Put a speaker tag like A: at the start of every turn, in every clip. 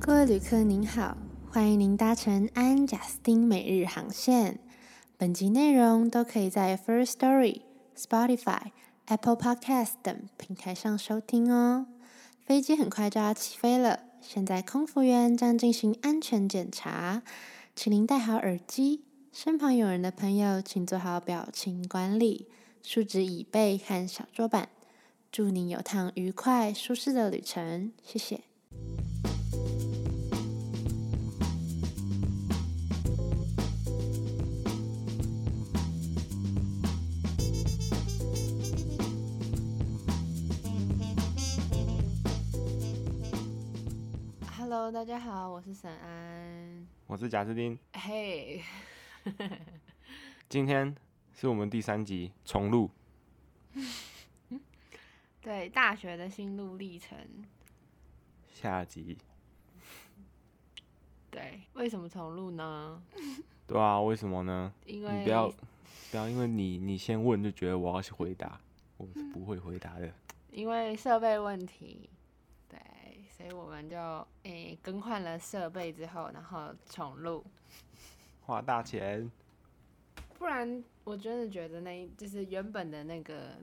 A: 各位旅客您好，欢迎您搭乘安贾斯汀每日航线。本集内容都可以在 First Story、Spotify、Apple Podcast 等平台上收听哦。飞机很快就要起飞了，现在空服员将进行安全检查，请您戴好耳机。身旁有人的朋友，请做好表情管理，竖直椅背和小桌板。祝您有趟愉快、舒适的旅程，谢谢。Hello，大家好，我是沈安。
B: 我是贾斯汀，
A: 嘿、
B: 今天是我们第三集重录，
A: 对大学的心路历程，
B: 下集。
A: 对，为什么重录呢？
B: 对啊，为什么呢？
A: 因为
B: 你不要不要，因为你你先问就觉得我要去回答，我是不会回答的。
A: 因为设备问题，对，所以我们就诶、更换了设备之后，然后重录。
B: 花大钱，
A: 不然我真的觉得那一就是原本的那个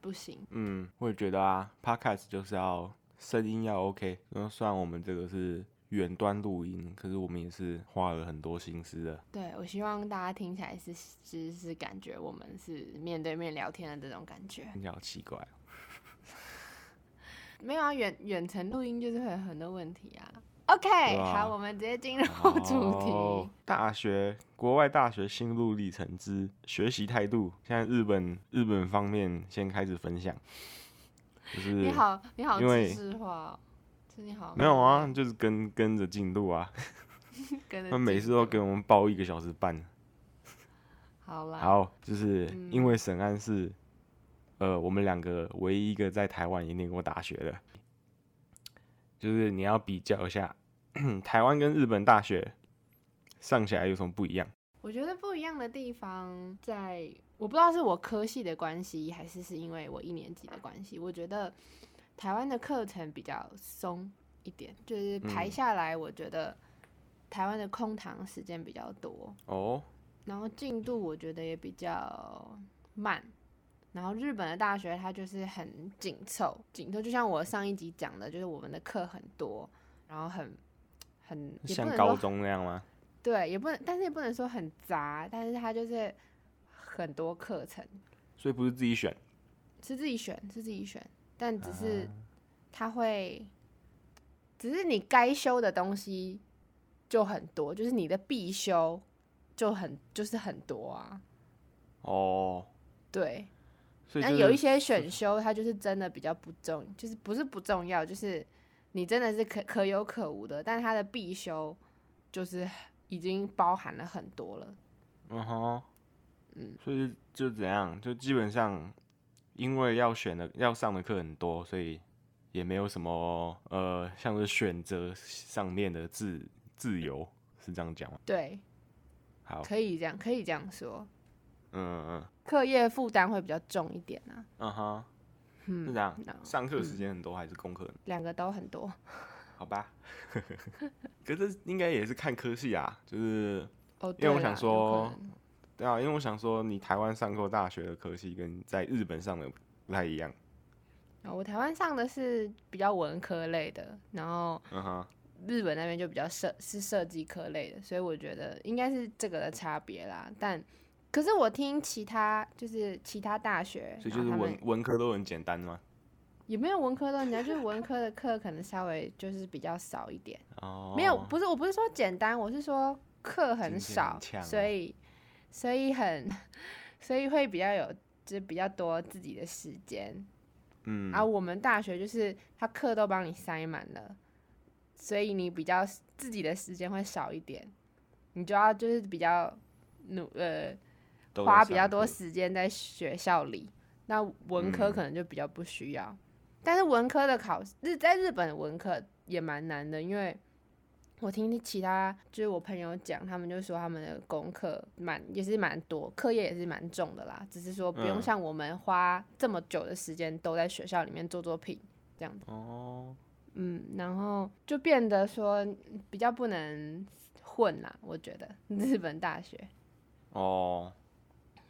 A: 不行。
B: 嗯，我也觉得啊，Podcast 就是要声音要 OK。然后虽然我们这个是远端录音，可是我们也是花了很多心思的。
A: 对我希望大家听起来是是是感觉我们是面对面聊天的这种感觉。
B: 你好奇怪哦，
A: 没有啊，远远程录音就是会有很多问题啊。OK，、
B: 对啊哦
A: 好，我们直接进入 主题。
B: 好大学，国外大学心路历程之学习态度。现在日本日本方面先开始分享，就是
A: 你好，你好，
B: 因为
A: 知识化哦，是你好，
B: 没有啊，，就是跟跟着进度啊，
A: 跟着
B: 他们每
A: 进
B: 次都
A: 度
B: 给我们报一个小时半。
A: 好啦，
B: 好，就是
A: 嗯
B: 因为沈安是，呃，我们两个唯一一个在台湾也念过大学的，就是你要比较一下 台湾跟日本大学上起来有什么不一样。
A: 我觉得不一样的地方在，我不知道是我科系的关系，还是是因为我一年级的关系。我觉得台湾的课程比较松一点，就是排
B: 嗯
A: 下来，我觉得台湾的空堂时间比较多，
B: 哦，
A: 然后进度我觉得也比较慢。然后日本的大学它就是很紧凑，紧凑就像我上一集讲的，就是我们的课很多，然后很很也不
B: 像
A: 能
B: 高
A: 说
B: 中那样吗？
A: 对，也不能，但是也不能说很杂，但是它就是很多课程
B: 所以不是自己选。
A: 是自己选，是自己选，但只
B: 啊
A: 是它会，只是你该修的东西就很多，就是你的必修就很就是很多啊，
B: 哦，
A: 对。
B: 所以、
A: 但
B: 就是、
A: 有一些选修，它就是真的比较不重，就是不是不重要，就是你真的是可可有可无的，但它的必修就是已经包含了很多了。
B: 嗯哼，
A: 嗯，
B: 所以就就怎样，就基本上因为要选的要上的课很多，所以也没有什么呃，像是选择上面的自自由，是这样讲吗？
A: 对，
B: 好，
A: 可以这样，可以这样说，
B: 嗯嗯
A: 课业负担会比较重一点啊。
B: 嗯嗯哼，是
A: 嗯
B: 这，样，
A: 那
B: 上课时间很多还是功课？
A: 两个都很多。
B: 好吧， 可是应该也是看科系啊，就是
A: 哦，
B: 因为
A: 对
B: 我想
A: 啦有可
B: 说
A: 能
B: 对啊，因为我想说，你台湾上过大学的科系跟在日本上的不太一样，
A: 哦我台湾上的是比较文科类的，然后
B: 嗯哼。
A: 日本那边就比较设是设计科类的，所以我觉得应该是这个的差别啦。但可是我听其他就是其他大学，
B: 所以就
A: 然
B: 是
A: 后他们
B: 文文科都很简单嘛。
A: 也没有文科的，你要就是文科的课可能稍微就是比较少一点。
B: 哦，
A: 没有，不是，我不是说简单，我是说课很
B: 今天
A: 少
B: 很，呛
A: 所
B: 哦
A: 以所以很 所以会比较有，就是比较多自己的时间。
B: 嗯，
A: 而、啊我们大学就是他课都帮你塞满了，所以你比较自己的时间会少一点，你就要就是比较努呃
B: 都在
A: 花比较
B: 上
A: 多
B: 课
A: 时间在学校里，那文
B: 嗯
A: 科可能就比较不需要。但是文科的考日在日本的文科也蛮难的，因为我听其他就是我朋友讲，他们就说他们的功课蛮也是蛮多，课业也是蛮重的啦，只是说不用
B: 嗯
A: 像我们花这么久的时间都在学校里面做作品这样子。
B: 哦，
A: 嗯，然后就变得说比较不能混啦，我觉得日本大学，
B: 哦，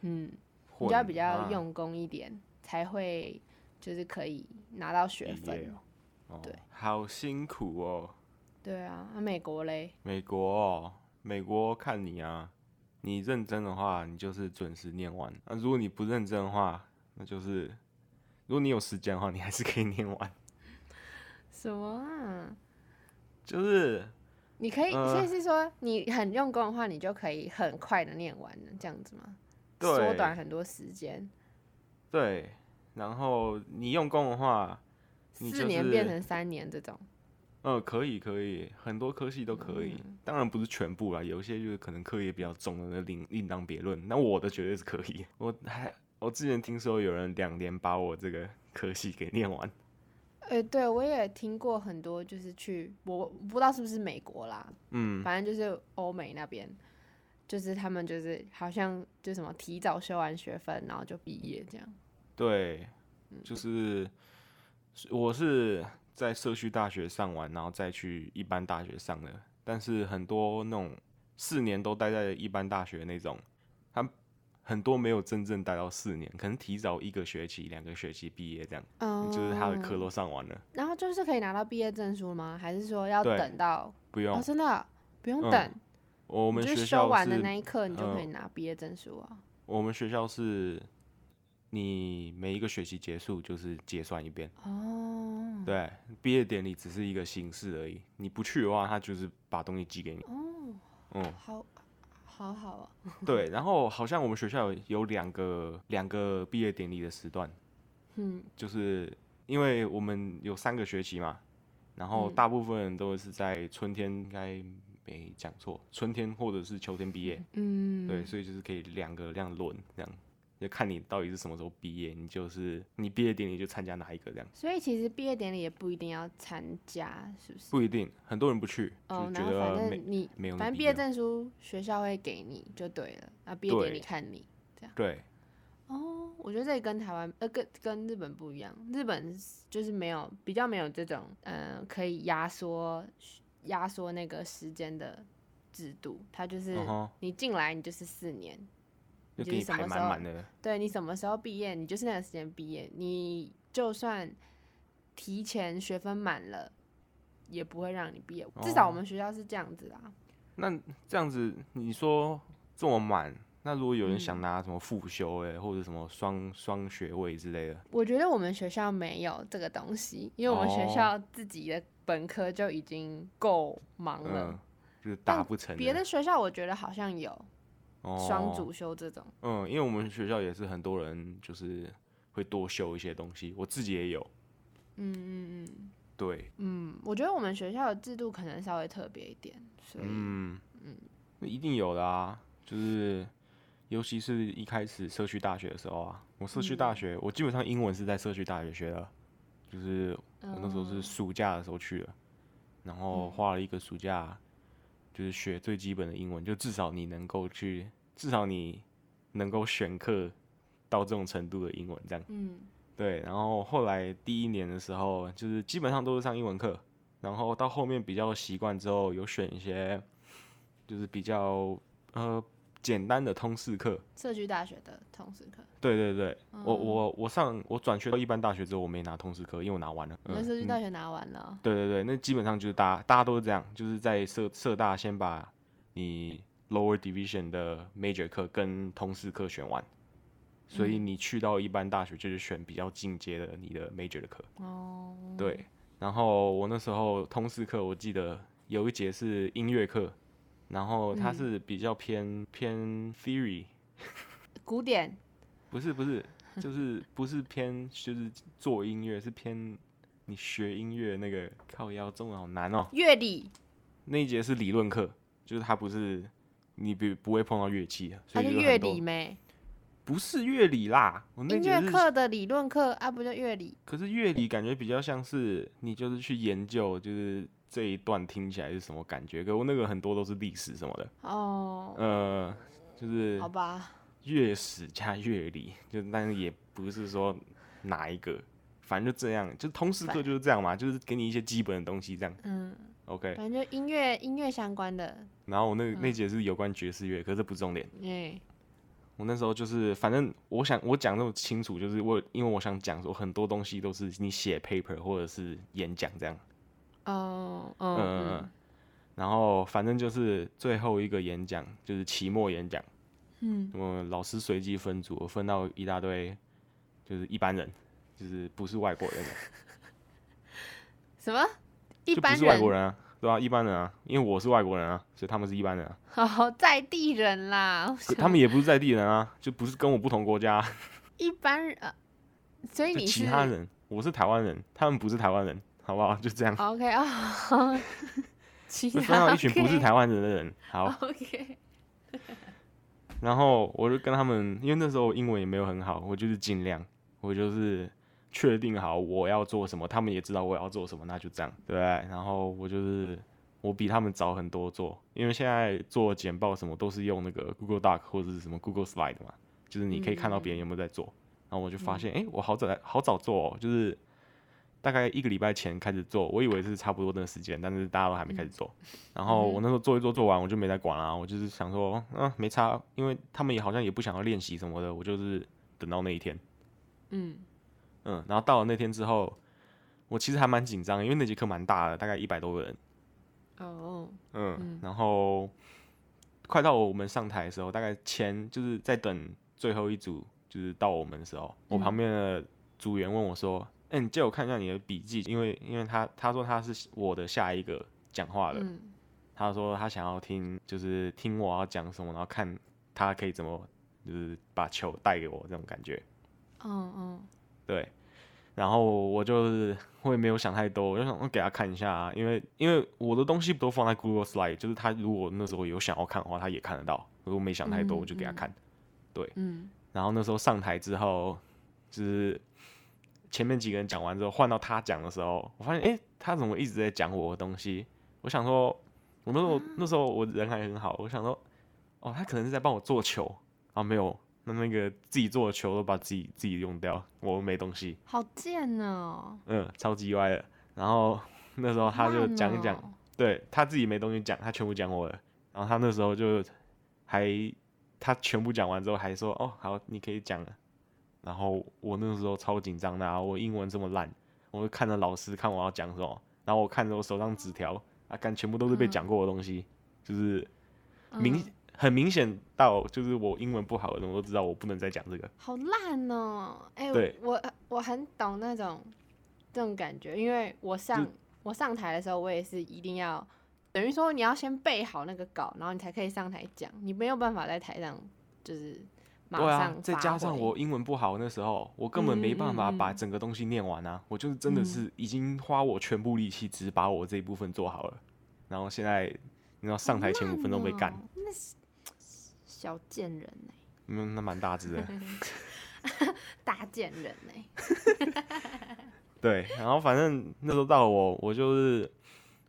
A: 嗯，
B: 混
A: 比较比较
B: 啊
A: 用功一点，才会就是可以拿到学
B: 毕业
A: 分
B: 哦。哦
A: 对
B: 好辛苦哦，
A: 对啊，那美国嘞，
B: 美国哦，美国看你啊，你认真的话，你就是准时念完；那、如果你不认真的话，那就是如果你有时间的话，你还是可以念完。
A: 什么啊？
B: 就是
A: 你可以，
B: 呃
A: 所以是说你很用功的话，你就可以很快的念完了，这样子吗？
B: 对
A: 缩短很多时间，
B: 对，然后你用功的话，你
A: 四
B: 就
A: 年变
B: 是
A: 成三年这种。
B: 呃，可以可以，很多科系都可以，当然不是全部啦，有一些就是可能课业比较重的，那另另当别论。那我的绝对是可以，我还我之前听说有人两年把我这个科系给念完，
A: 呃、对我也听过很多，就是去我我不知道是不是美国啦，
B: 嗯，
A: 反正就是欧美那边，就是他们就是好像就什么提早修完学分，然后就毕业这样。
B: 对，就是是我是在社区大学上完，然后再去一般大学上的。但是很多那种四年都待在一般大学那种，他们很多没有真正待到四年，可能提早一个学期、两个学期毕业这样，
A: 嗯
B: 就是他的课都上完了，
A: 然后就是可以拿到毕业证书吗？还是说要
B: 对
A: 等到？
B: 不用。
A: 哦，真的哦不用
B: 嗯
A: 等，
B: 我
A: 你
B: 们
A: 就
B: 学
A: 是修
B: 校
A: 完的那
B: 是，
A: 一刻，你就可以
B: 嗯
A: 拿毕业证书啊。
B: 我们学校是，你每一个学期结束就是结算一遍。
A: 哦，
B: 对，毕业典礼只是一个形式而已，你不去的话，他就是把东西寄给你。
A: 哦，
B: 嗯，
A: 好，好好啊。
B: 对。然后好像我们学校有有两个两个毕业典礼的时段，
A: 嗯，
B: 就是因为我们有三个学期嘛，然后
A: 嗯
B: 大部分人都是在春天，应该没讲错，春天或者是秋天毕业。
A: 嗯，
B: 对，所以就是可以两个两轮这样。就看你到底是什么时候毕业，你就是你毕业典礼就参加哪一个这样，
A: 所以其实毕业典礼也不一定要参加，是不是？
B: 不一定，很多人不去，
A: 哦，
B: 就
A: 然
B: 觉
A: 后反
B: 得
A: 正
B: 没
A: 你
B: 没有那
A: 反正
B: 必
A: 毕业
B: 要
A: 证书学校会给你就对了，那毕业典礼
B: 对
A: 看你。
B: 对，
A: 哦，我觉得这里跟台湾呃跟跟日本不一样，日本是就是没有比较没有这种呃可以压缩压缩那个时间的制度，它就是
B: 嗯哼
A: 你进来你就是四年，
B: 就
A: 就
B: 给
A: 是
B: 你
A: 什
B: 排
A: 么
B: 满
A: 时候
B: 满的。
A: 对你什么时候毕业，你就是那个时间毕业，你就算提前学分满了，也不会让你毕业。至少我
B: 哦
A: 们学校是这样子啦。
B: 那这样子，你说这么满，那如果有人
A: 嗯
B: 想拿什么复修哎、或者什么双双学位之类的，
A: 我觉得我们学校没有这个东西，因为我们学
B: 哦
A: 校自己的本科就已经够忙了
B: 嗯。，就是
A: 但
B: 打不成
A: 别的
B: 的
A: 学校我觉得好像有双
B: 哦
A: 主修这种，
B: 嗯，因为我们学校也是很多人就是会多修一些东西，我自己也有，
A: 嗯嗯嗯
B: 对，
A: 嗯，我觉得我们学校的制度可能稍微特别一点，所以
B: 嗯，那一定有的啊，就是尤其是一开始社区大学的时候啊，我社区大学、我基本上英文是在社区大学学的，就是我那时候
A: 哦
B: 是暑假的时候去的，然后花了一个暑假，就是学最基本的英文，就至少你能够去，至少你能够选课到这种程度的英文这样。
A: 嗯
B: 对，然后后来第一年的时候，就是基本上都是上英文课，然后到后面比较习惯之后，有选一些就是比较呃简单的通识课。
A: 社区大学的通识课，
B: 对对对，我我我上我转学到一般大学之后，我没拿通识课，因为我拿完了。
A: 你们
B: 嗯
A: 社区
B: 嗯
A: 大学拿完了，
B: 对对对，那基本上就是大家大家都是这样，就是在社社大先把你 lower division 的 major 课跟通识课选完，所以你去到一般大学就是选比较进阶的你的 major 的课。
A: 哦，
B: 对，然后我那时候通识课，我记得有一节是音乐课，然后
A: 嗯
B: 它是比较偏、偏 theory，
A: 嗯古典
B: 不是不是，就是 不是偏就是做音乐，是偏你学音乐那个靠腰，中文好难哦。
A: 乐理，
B: 那一节是理论课，就是它不是你不不会碰到乐器，啊所
A: 它
B: 以有
A: 就啊乐
B: 很多
A: 理没，
B: 不是乐理啦，我那
A: 音
B: 节
A: 乐
B: 是
A: 课的理论课啊，不就乐理？
B: 可是乐理感觉比较像是你就是去研究，就是这一段听起来是什么感觉。可我那个很多都是历史什么的，
A: 哦，
B: 呃，就是
A: 好吧，
B: 乐史加乐理，就但是也不是说哪一个，反正就这样，就通识课
A: 反
B: 就是这样嘛，就是给你一些基本的东西这样。
A: 嗯，
B: OK，
A: 反正就音乐音乐相关的，
B: 然后我
A: 嗯
B: 那个那节是有关爵士乐，可是这不是重点。
A: 哎、
B: 我那时候就是，反正我想我讲那么清楚，就是我因为我想讲说很多东西都是你写 paper 或者是演讲这样。
A: 哦哦
B: 嗯嗯，然后反正就是最后一个演讲，就是期末演讲，
A: 嗯
B: 我们老师随机分组，分到一大堆，就是一般人，就是不是外国人的，啊
A: 什么一
B: 就不
A: 般
B: 是外
A: 人
B: 国人啊，对吧、一般人啊，因为我是外国人啊，所以他们是一般人 啊，
A: 好哦在地人啦， 我
B: 可
A: 想
B: 他们也不是在地人啊，就不是跟我不同国家啊、
A: 一般人、呃，所以
B: 就
A: 你是
B: 其他人，我是台湾人，他们不是台湾人，好不好？ 就这样，
A: OK 啊、其
B: 就
A: 他
B: 分 到一群不是
A: 哦 OK 哦
B: 台湾人的人，好，
A: OK，
B: 然后我就跟他们，因为那时候英文也没有很好，我就是尽量，我就是确定好我要做什么，他们也知道我要做什么，那就这样，对不对。然后我就是我比他们早很多做，因为现在做简报什么都是用那个 Google Doc 或者是什么 Google Slide 嘛，就是你可以看到别人有没有在做。然后我就发现，哎、我好早好早做哦，就是大概一个礼拜前开始做，我以为是差不多的时间，但是大家都还没开始做。然后我那时候做一做做完，我就没再管啦、我就是想说，嗯、没差，因为他们也好像也不想要练习什么的，我就是等到那一天，
A: 嗯
B: 嗯，然后到了那天之后，我其实还蛮紧张，因为那节课蛮大的，大概一百多个人，
A: 哦
B: 嗯，
A: 嗯
B: 然后快到我们上台的时候，大概前就是在等最后一组就是到我们的时候，我旁边的组员问我说：“哎、你借我看一下你的笔记，因为因为他他说他是我的下一个讲话的，
A: 嗯
B: 他说他想要听，就是听我要讲什么，然后看他可以怎么，就是把球带给我这种感觉。
A: 哦哦
B: 对，然后我就是我也没有想太多，我就想我给他看一下、啊，因为因为我的东西都放在 Google Slide，就是他如果那时候有想要看的话，他也看得到。我没想太多，
A: 嗯
B: 我就给他
A: 嗯
B: 看。
A: 嗯
B: 然后那时候上台之后，就是前面几个人讲完之后，换到他讲的时候，我发现诶，他怎么一直在讲我的东西？我想说，我那时候、
A: 啊
B: 那时候我人还很好，我想说，哦，他可能是在帮我做球啊，没有，那那个自己做的球都把自己自己用掉，我没东西，
A: 好贱哦，
B: 嗯，超级歪的。然后 那时候他就
A: 慢
B: 讲一讲，
A: 哦
B: 对他自己没东西讲，他全部讲我了。然后他那时候就还他全部讲完之后还说：“哦，好，你可以讲了。”然后我那时候超紧张的、啊，我英文这么烂，我就看着老师看我要讲什么，然后我看着我手上纸条啊，干全部都是被讲过的东西，就是明、
A: 嗯
B: 很明显到就是我英文不好的人，我都知道我不能再讲这个。
A: 好烂哦！哎、
B: 对
A: 我我很懂那种这种感觉，因为我上我上台的时候，我也是一定要等于说你要先背好那个稿，然后你才可以上台讲，你没有办法在台上就是马
B: 对啊
A: 上、，
B: 再加上我，英文不好，那时候我根本
A: 嗯
B: 没办法把整个东西念完啊！我就是真的是已经花我全部力气，只把我这一部分做好了。然后现在你知道上台前五分钟被干
A: 哦，那是小贱人欸呢、
B: 嗯，那蛮大只的。
A: 哦大贱人欸呢、
B: 对，然后反正那时候到我，我就是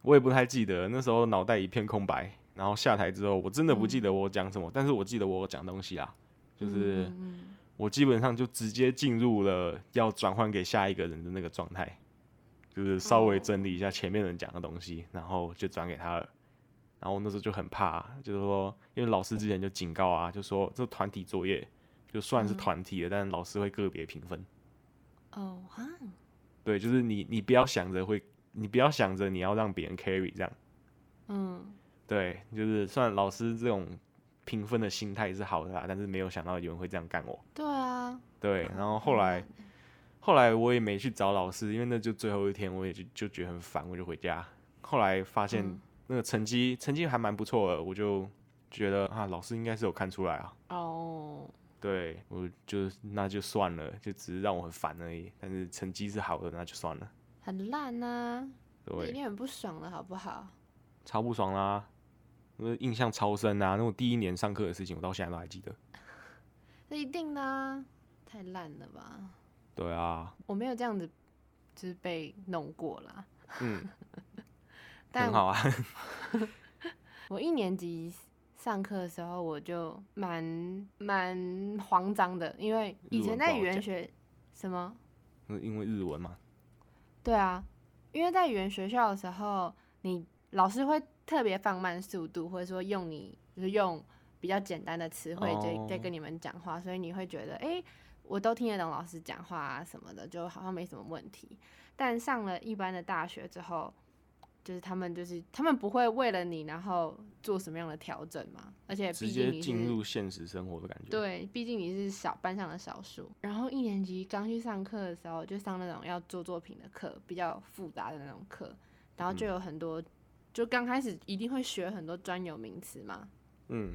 B: 我也不太记得，那时候脑袋一片空白。然后下台之后，我真的不记得我讲什么，但是我记得我有讲东西啊，就是
A: 嗯嗯
B: 我基本上就直接进入了要转换给下一个人的那个状态，就是稍微
A: 哦
B: 整理一下前面人讲的东西，然后就转给他了。然后我那时候就很怕，啊就是说，因为老师之前就警告啊，就说这团体作业就算是团体的，但老师会个别评分。
A: 哦哈，
B: 对，就是你你不要想着会，你不要想着你要让别人 carry 这样。
A: 嗯
B: 对，就是虽然老师这种评分的心态是好的啊啦，但是没有想到有人会这样干我。
A: 对啊，
B: 对，然后后来，后来我也没去找老师，因为那就最后一天，我也就就觉得很烦，我就回家。后来发现
A: 嗯
B: 那个成绩、成绩还蛮不错的，我就觉得啊，老师应该是有看出来啊。
A: 哦
B: 对我就那就算了，就只是让我很烦而已。但是成绩是好的，那就算了。
A: 很烂呐、你一
B: 对，
A: 定很不爽了，好不好？
B: 超不爽啦，我印象超深啊。那我第一年上课的事情，我到现在都还记得。
A: 这一定的、啊，太烂了吧！
B: 对 啊，
A: 我没有这样子，就是被弄过啦。
B: 嗯，
A: 但
B: 很好啊。
A: 我一年级上课的时候，我就蛮蛮慌张的，因为以前在语言学什么
B: 因为日文嘛，
A: 对啊，因为在语言学校的时候，你老师会特别放慢速度，或者说用你就是用比较简单的词汇在在
B: 哦
A: 跟你们讲话，所以你会觉得哎、诶我都听得懂老师讲话啊什么的，就好像没什么问题。但上了一般的大学之后，就是他们就是他们不会为了你然后做什么样的调整嘛，而且
B: 直
A: 毕竟
B: 接
A: 你
B: 进
A: 是
B: 入现实生活的感觉。，
A: 对，毕竟你是小班上的少数。然后一年级刚去上课的时候，就上那种要做作品的课，比较复杂的那种课，然后就有很多，就刚开始一定会学很多专有名词嘛。
B: 嗯，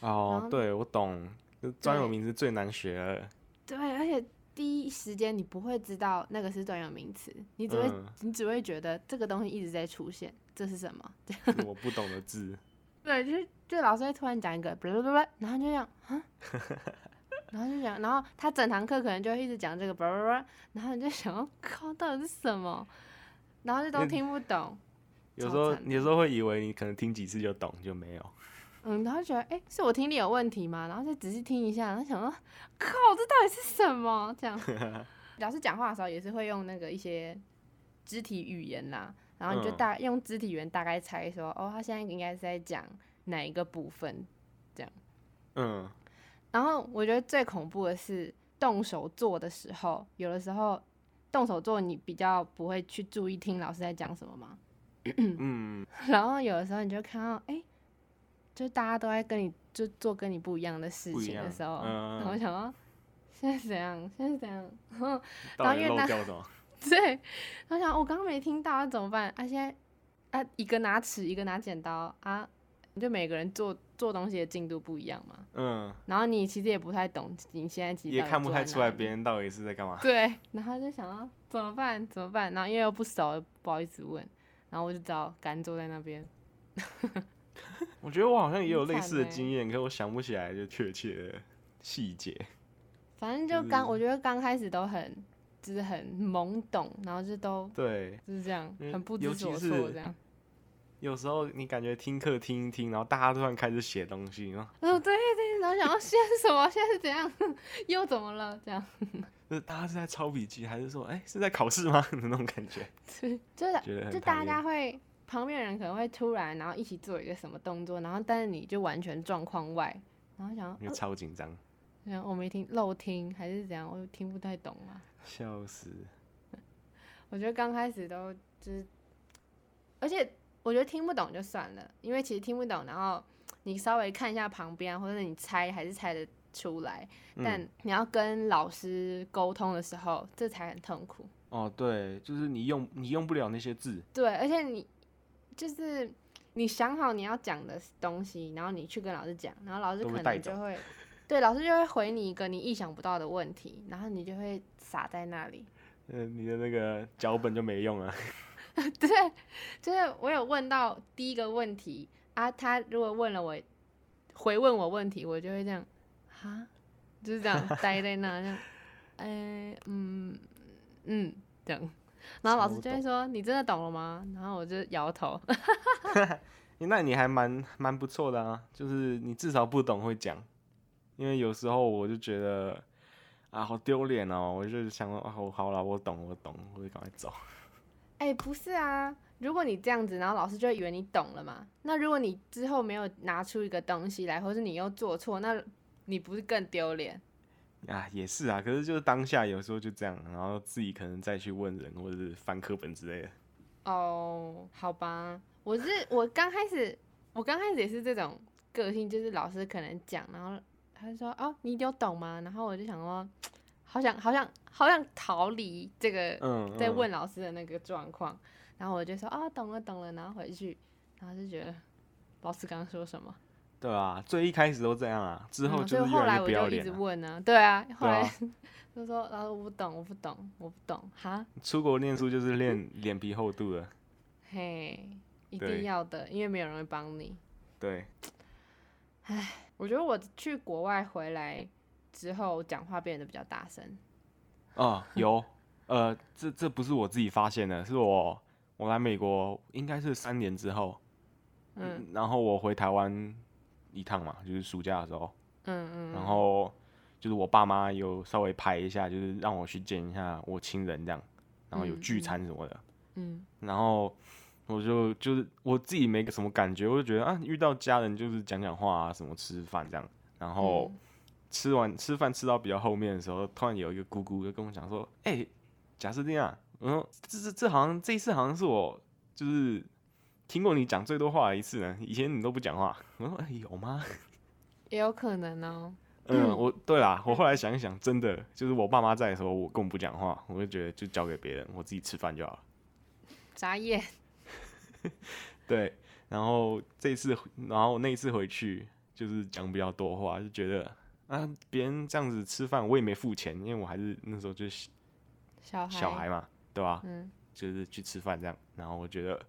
A: 然
B: 哦
A: 后，
B: 对，我懂，这专有
A: 对
B: 名词最难学了。
A: 对，而且第一时间你不会知道那个是专有名词，你只会、
B: 嗯
A: 你只会觉得这个东西一直在出现，这是什么？
B: 是嗯我不懂的 字，
A: 对，就是就老师会突然讲一个，blah blah blah，然后就这样啊， 然后就讲，然后他整堂课可能就会一直讲这个 blah blah blah，然后你就想要靠到底是什么，然后就都
B: 那
A: 听不懂，
B: 有时
A: 超
B: 候
A: 惨的
B: 有时候会以为你可能听几次就懂，就没有。
A: 嗯，然后就觉得哎、诶是我听力有问题吗？然后再仔细听一下，然后想说，靠，这到底是什么？这 样，老师讲话的时候也是会用那个一些肢体语言啦，然后你就
B: 嗯
A: 大、用肢体语言大概猜说，哦，他现在应该是在讲哪一个部分，
B: 嗯，
A: 然后我觉得最恐怖的是动手做的时候，有的时候动手做你比较不会去注意听老师在讲什么嘛，
B: 嗯，
A: 然后有的时候你就看到，哎、就大家都在跟你就做跟你不一样的事
B: 不一
A: 情的
B: 样
A: 时候，
B: 嗯
A: 然后想到现在怎样，现在怎样， 然后
B: 到底
A: 因为
B: 漏
A: 那
B: 掉什么？
A: 对，然后想我刚刚没听到，那怎么办？啊，现在啊，一个拿尺，一个拿剪刀啊，就每个人做做东西的进度不一样嘛，
B: 嗯，
A: 然后你其实也不太懂，你现在其实
B: 也
A: 到底
B: 看不
A: 做
B: 太
A: 在
B: 出
A: 哪
B: 来
A: 里
B: 别人到底是在干 嘛。
A: 对，然后就想要怎么办？怎么办？然后因为又不熟，又不好意思问，然后我就只好干坐在那边。
B: 我觉得我好像也有类
A: 很惨
B: 似的
A: 欸
B: 经验，可我想不起来就确切的细节。
A: 反正就刚，我觉得刚开始都很，就是很懵懂，然后就都
B: 对，
A: 就是这样，
B: 嗯
A: 很不
B: 尤
A: 知
B: 其
A: 所
B: 是
A: 措这样。
B: 有时候你感觉听课听一听，然后大家突然开始写东西，然后
A: 哦，对对，然后想要现在是什么？现在是怎样？ 又怎么了？这样，
B: 就是呃大家是在抄笔记，还是说哎、是在考试吗？ 的那种感觉，
A: 就是
B: 觉得很
A: 就
B: 讨
A: 大
B: 厌
A: 家会。旁边人可能会突然，然后一起做一个什么动作，然后但是你就完全状况外，然后想要，
B: 因为超紧张，
A: 然后我没听漏听还是怎样，我听不太懂啊嘛。
B: 笑死。
A: 我觉得刚开始都就是，而且我觉得听不懂就算了，因为其实听不懂，然后你稍微看一下旁边啊，或者你猜还是猜得出来，
B: 嗯
A: 但你要跟老师沟通的时候，这才很痛苦。
B: 哦，对，就是你用你用不了那些字，
A: 对，而且你就是你想好你要讲的东西，然后你去跟老师讲，然后老师
B: 都被
A: 可
B: 带
A: 能
B: 走
A: 就会。对，老师就会回你一个你意想不到的问题，然后你就会傻在那里。
B: 嗯、你的那个脚本就没用了。
A: 对，就是我有问到第一个问题啊，他如果问了我，回问我问题，我就会这样啊，就是这样呆在那，这样，呃、嗯嗯，这样。然后老师
B: 超
A: 就会
B: 懂
A: 说：“你真的懂了吗？”然后我就摇头。
B: 那你还蛮蛮不错的啊，就是你至少不懂会讲，因为有时候我就觉得啊好丢脸哦，我就想说啊我好了，我懂我懂，我就赶快走。
A: 哎、不是啊，如果你这样子，然后老师就会以为你懂了嘛。那如果你之后没有拿出一个东西来，或是你又做错，那你不是更丢脸？
B: 啊，也是啊，可是就是当下有时候就这样，然后自己可能再去问人或者是翻课本之类的。
A: 哦，好吧，我是我刚开始，我刚开始也是这种个性，就是老师可能讲，然后他就说：“哦，你有懂吗？”然后我就想说，好想好想好想逃离这个
B: 嗯，
A: 呃在
B: 嗯
A: 问老师的那个状况，然后我就说：“哦，懂了懂了。”然后回去，然后就觉得老师刚刚说什么，
B: 对啊，最一开始都这样啊，之后
A: 嗯所
B: 就
A: 以
B: 是越
A: 后
B: 来
A: 来
B: 越
A: 我
B: 不要
A: 就一
B: 脸、
A: 直
B: 啊。
A: 问啊，对啊，后
B: 对啊
A: 来 就说：“老师我不懂，我不懂，我不懂。”哈，
B: 出国念书就是练 脸皮厚度了，
A: 嘿，一
B: 对
A: 定要的，因为没有人会帮你。
B: 对，
A: 我觉得我去国外回来之后，讲话变得比较大声。
B: 哦，有，呃，这这不是我自己发现的，是我我来美国应该是三年之后，
A: 嗯
B: 然后我回台湾一趟嘛，就是暑假的时候，
A: 嗯嗯，
B: 然后就是我爸妈有稍微排一下，就是让我去见一下我亲人这样，然后有
A: 嗯
B: 聚
A: 嗯
B: 餐什么的，
A: 嗯
B: 然后我就就是我自己没什么感觉，我就觉得啊，遇到家人就是讲讲话啊，什么吃饭这样。然后吃完吃饭吃到比较后面的时候，突然有一个姑姑就跟我讲说：“哎、贾斯汀啊，嗯，这这这好像这一次好像是我就是听过你讲最多话的一次呢，以前你都不讲话。”我说：“哎、有吗？”
A: 也有可能哦。
B: 嗯，我对啦，我后来想一想，真的就是我爸妈在的时候，我根本不讲话，我就觉得就交给别人，我自己吃饭就好了。
A: 眨眼，
B: 对，然后这次，然后那一次回去就是讲比较多话，就觉得啊，别人这样子吃饭我也没付钱，因为我还是那时候就是
A: 小孩，
B: 小孩嘛，对吧、
A: 嗯，
B: 就是去吃饭这样，然后我觉得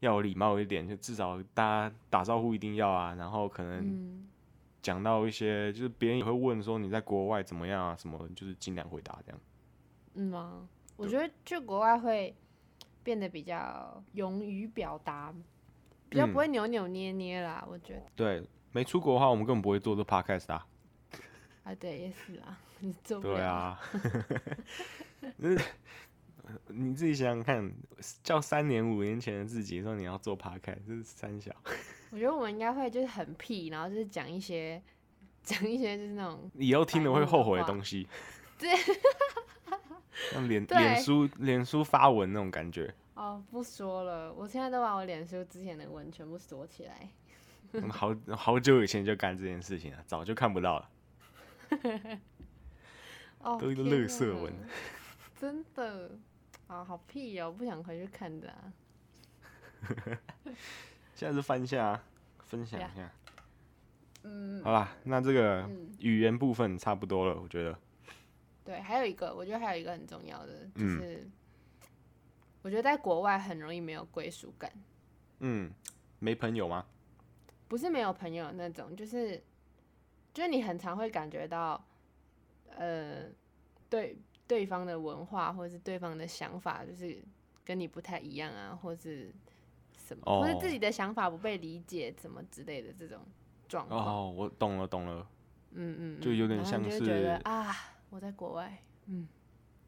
B: 要有礼貌一点，就至少大家打招呼一定要啊，然后可能
A: 嗯
B: 讲到一些，就是别人也会问说你在国外怎么样啊，什么，就是尽量回答这样。
A: 嗯吗？我
B: 对
A: 觉得去国外会变得比较勇于表达，比较
B: 嗯
A: 不会扭扭捏捏啦。我觉得
B: 对，没出国的话，我们根本不会做这 podcast 啊。
A: 啊，对，也是啦，你做不了。
B: 对，啊， 那你自己想想看，叫三年五年前的自己说你要做 p 开，这是三小，
A: 我觉得我们应该会就是很屁，然后就是讲一些讲一些就是那种
B: 以后听了会后悔的东西。
A: 对，
B: 像脸
A: 对
B: 脸书脸书发文那种感觉，
A: 哦，不说了，我现在都把我脸书之前的文全部锁起来。
B: 我们嗯好好久以前就干这件事情了，早就看不到了。
A: 哦，
B: 都一个
A: 天
B: 垃圾
A: 啊
B: 文，
A: 真的啊，好屁哦，不想回去看的啊。
B: 现在是翻一下啊，分享一下。
A: 啊嗯，
B: 好啦，那这个
A: 嗯
B: 语言部分差不多了，我觉得。
A: 对，还有一个，我觉得还有一个很重要的，就
B: 嗯
A: 是、我觉得在国外很容易没有归属感，
B: 嗯，没朋友吗？
A: 不是没有朋友那种，就是就是你很常会感觉到，呃，对对方的文化或者是对方的想法，就是跟你不太一样啊，或是什么，或是
B: 哦
A: 自己的想法不被理解，怎么之类的这种状况。
B: 哦，我懂了，懂了。
A: 嗯嗯，
B: 就有点
A: 然后你
B: 像
A: 就会觉得
B: 是
A: 啊，我在国外，嗯，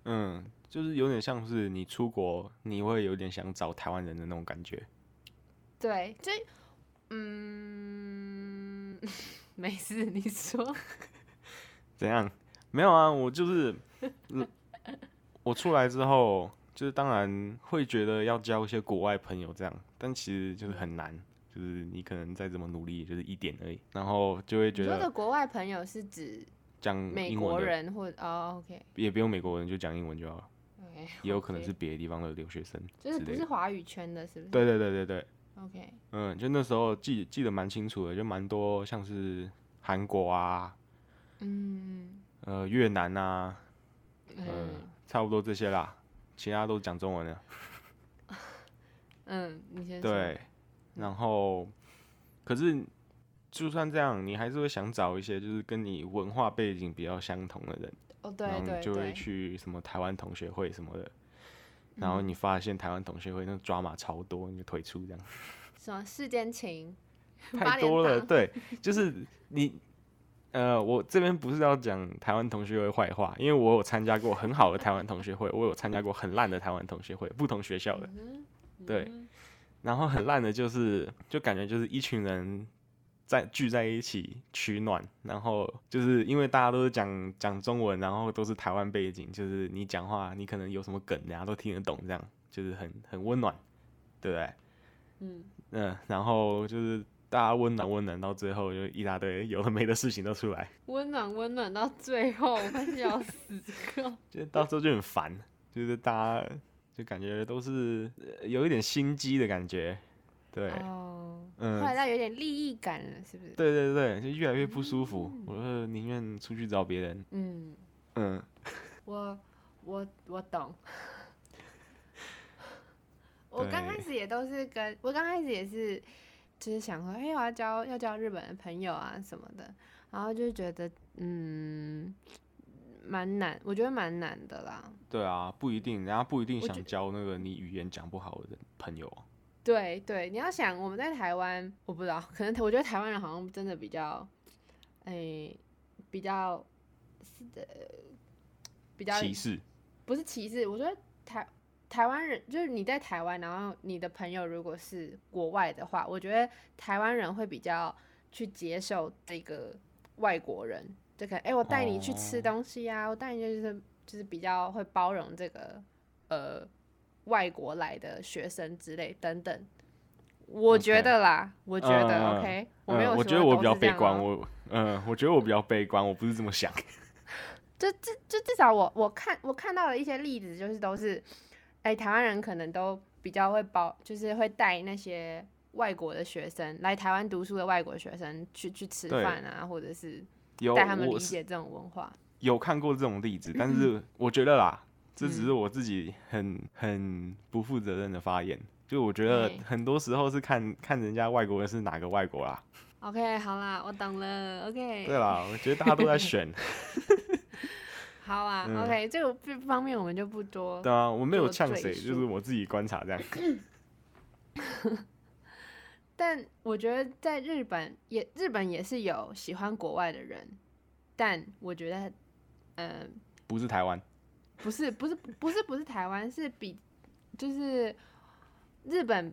B: 嗯，就是有点像是你出国，你会有点想找台湾人的那种感觉。
A: 对，就嗯， 没事，你说，
B: 怎样？没有啊，我就是， 嗯我出来之后，就是当然会觉得要交一些国外朋友这样，但其实就是很难，就是你可能再怎么努力，也就是一点而已，然后就会
A: 你
B: 觉
A: 说的
B: 得
A: 国外朋友是指
B: 讲
A: 美
B: 英
A: 国
B: 文的
A: 人或哦，OK，
B: 也不用美国人，就讲英文就好了，
A: OK，
B: 也有可能
A: OK
B: 是别的地方的留学生之
A: 就是不
B: 类
A: 是
B: 的。
A: 华语圈的，是不是？
B: 对对对对对，
A: ，OK，
B: 嗯，就那时候记记得蛮清楚的，就蛮多像是韩国啊、
A: 嗯
B: 呃越南啊，
A: 嗯
B: 差不多这些啦，其他都讲中文的。
A: 嗯，你先说，
B: 对，
A: 嗯
B: 然后可是就算这样，你还是会想找一些就是跟你文化背景比较相同的人，
A: 哦对
B: 然后
A: 对
B: 你就会
A: 对，嗯
B: 去什么台湾同学会什么的。然后你发现台湾同学会那抓马超多，你就退出这样。
A: 什么世间情，八
B: 太
A: 点
B: 多了，
A: 档
B: 对，就是你，呃，我这边不是要讲台湾同学会坏话，因为我有参加过很好的台湾同学会，我有参加过很烂的台湾同学会，不同学校的，
A: 嗯
B: 对，然后很烂的就是，就感觉就是一群人在聚在一起取暖，然后就是因为大家都是讲讲中文，然后都是台湾背景，就是你讲话，你可能有什么梗，大家都听得懂，这样就是很很温暖，对不对？
A: 嗯，
B: 嗯，然后就是大家温暖温暖到最后，就一大堆有的没的事情都出来，
A: 温暖温暖到最后，我快笑死， 靠
B: 就到时候就很烦，就是大家就感觉都是呃有一点心机的感觉，对，
A: 哦，后
B: 嗯
A: 来到有点利益感了，是不是？
B: 对对对，就越来越不舒服，我就宁愿出去找别人，
A: 嗯，
B: 嗯，
A: 我我我 懂。我刚开
B: 对
A: 始也都是跟我刚开始也是，就是想说，哎、我要交要交日本的朋友啊什么的，然后就觉得，嗯，蛮难，我觉得蛮难的啦。
B: 对啊，不一定，人家不一定
A: 我觉
B: 想交那个你语言讲不好的人朋友啊，
A: 对对，你要想我们在台湾，哎我不知道，可能我觉得台湾人好像真的比较，诶、比较是的，比较
B: 歧视，
A: 不是歧视，我觉得台台湾人就是你在台湾，然后你的朋友如果是国外的话，我觉得台湾人会比较去接受这个外国人，这个哎、诶我带你去吃
B: 哦
A: 东西啊，我带你就是就是比较会包容这个呃外国来的学生之类等等。我觉
B: OK
A: 得啦我觉
B: 嗯
A: 得、
B: 嗯嗯
A: OK，我没有
B: 嗯，
A: 说、
B: 我觉得我比较
A: 啊
B: 悲观，我嗯，我觉得我比较悲观，我不是这么想。
A: 就至就至少我我看我看到的一些例子，就是都是，哎、台湾人可能都比较会包，就是会带那些外国的学生来台湾读书的外国学生去去吃
B: 对
A: 饭啊，或者是
B: 有
A: 带他们
B: 我
A: 理
B: 是
A: 解这种文化。
B: 有看过这种例
A: 嗯
B: 子，但是我觉得啦，这只是我自己很很不负责任的发言。就我觉得
A: 对
B: 很多时候是看看人家外国人是哪个外国啦。
A: OK，好啦，我懂了。OK，
B: 对啊啦，我觉得大家都在选。
A: 好啊。
B: 嗯
A: OK，这个这方面我们就不多。
B: 对啊，我没有
A: 做
B: 呛
A: 赘
B: 谁，就
A: 述
B: 是我自己观察这 样。
A: 但我觉得在日本也日本也是有喜欢国外的人，但我觉得，呃，
B: 不是台湾，
A: 不是不是不是不是台湾，是比就是日本，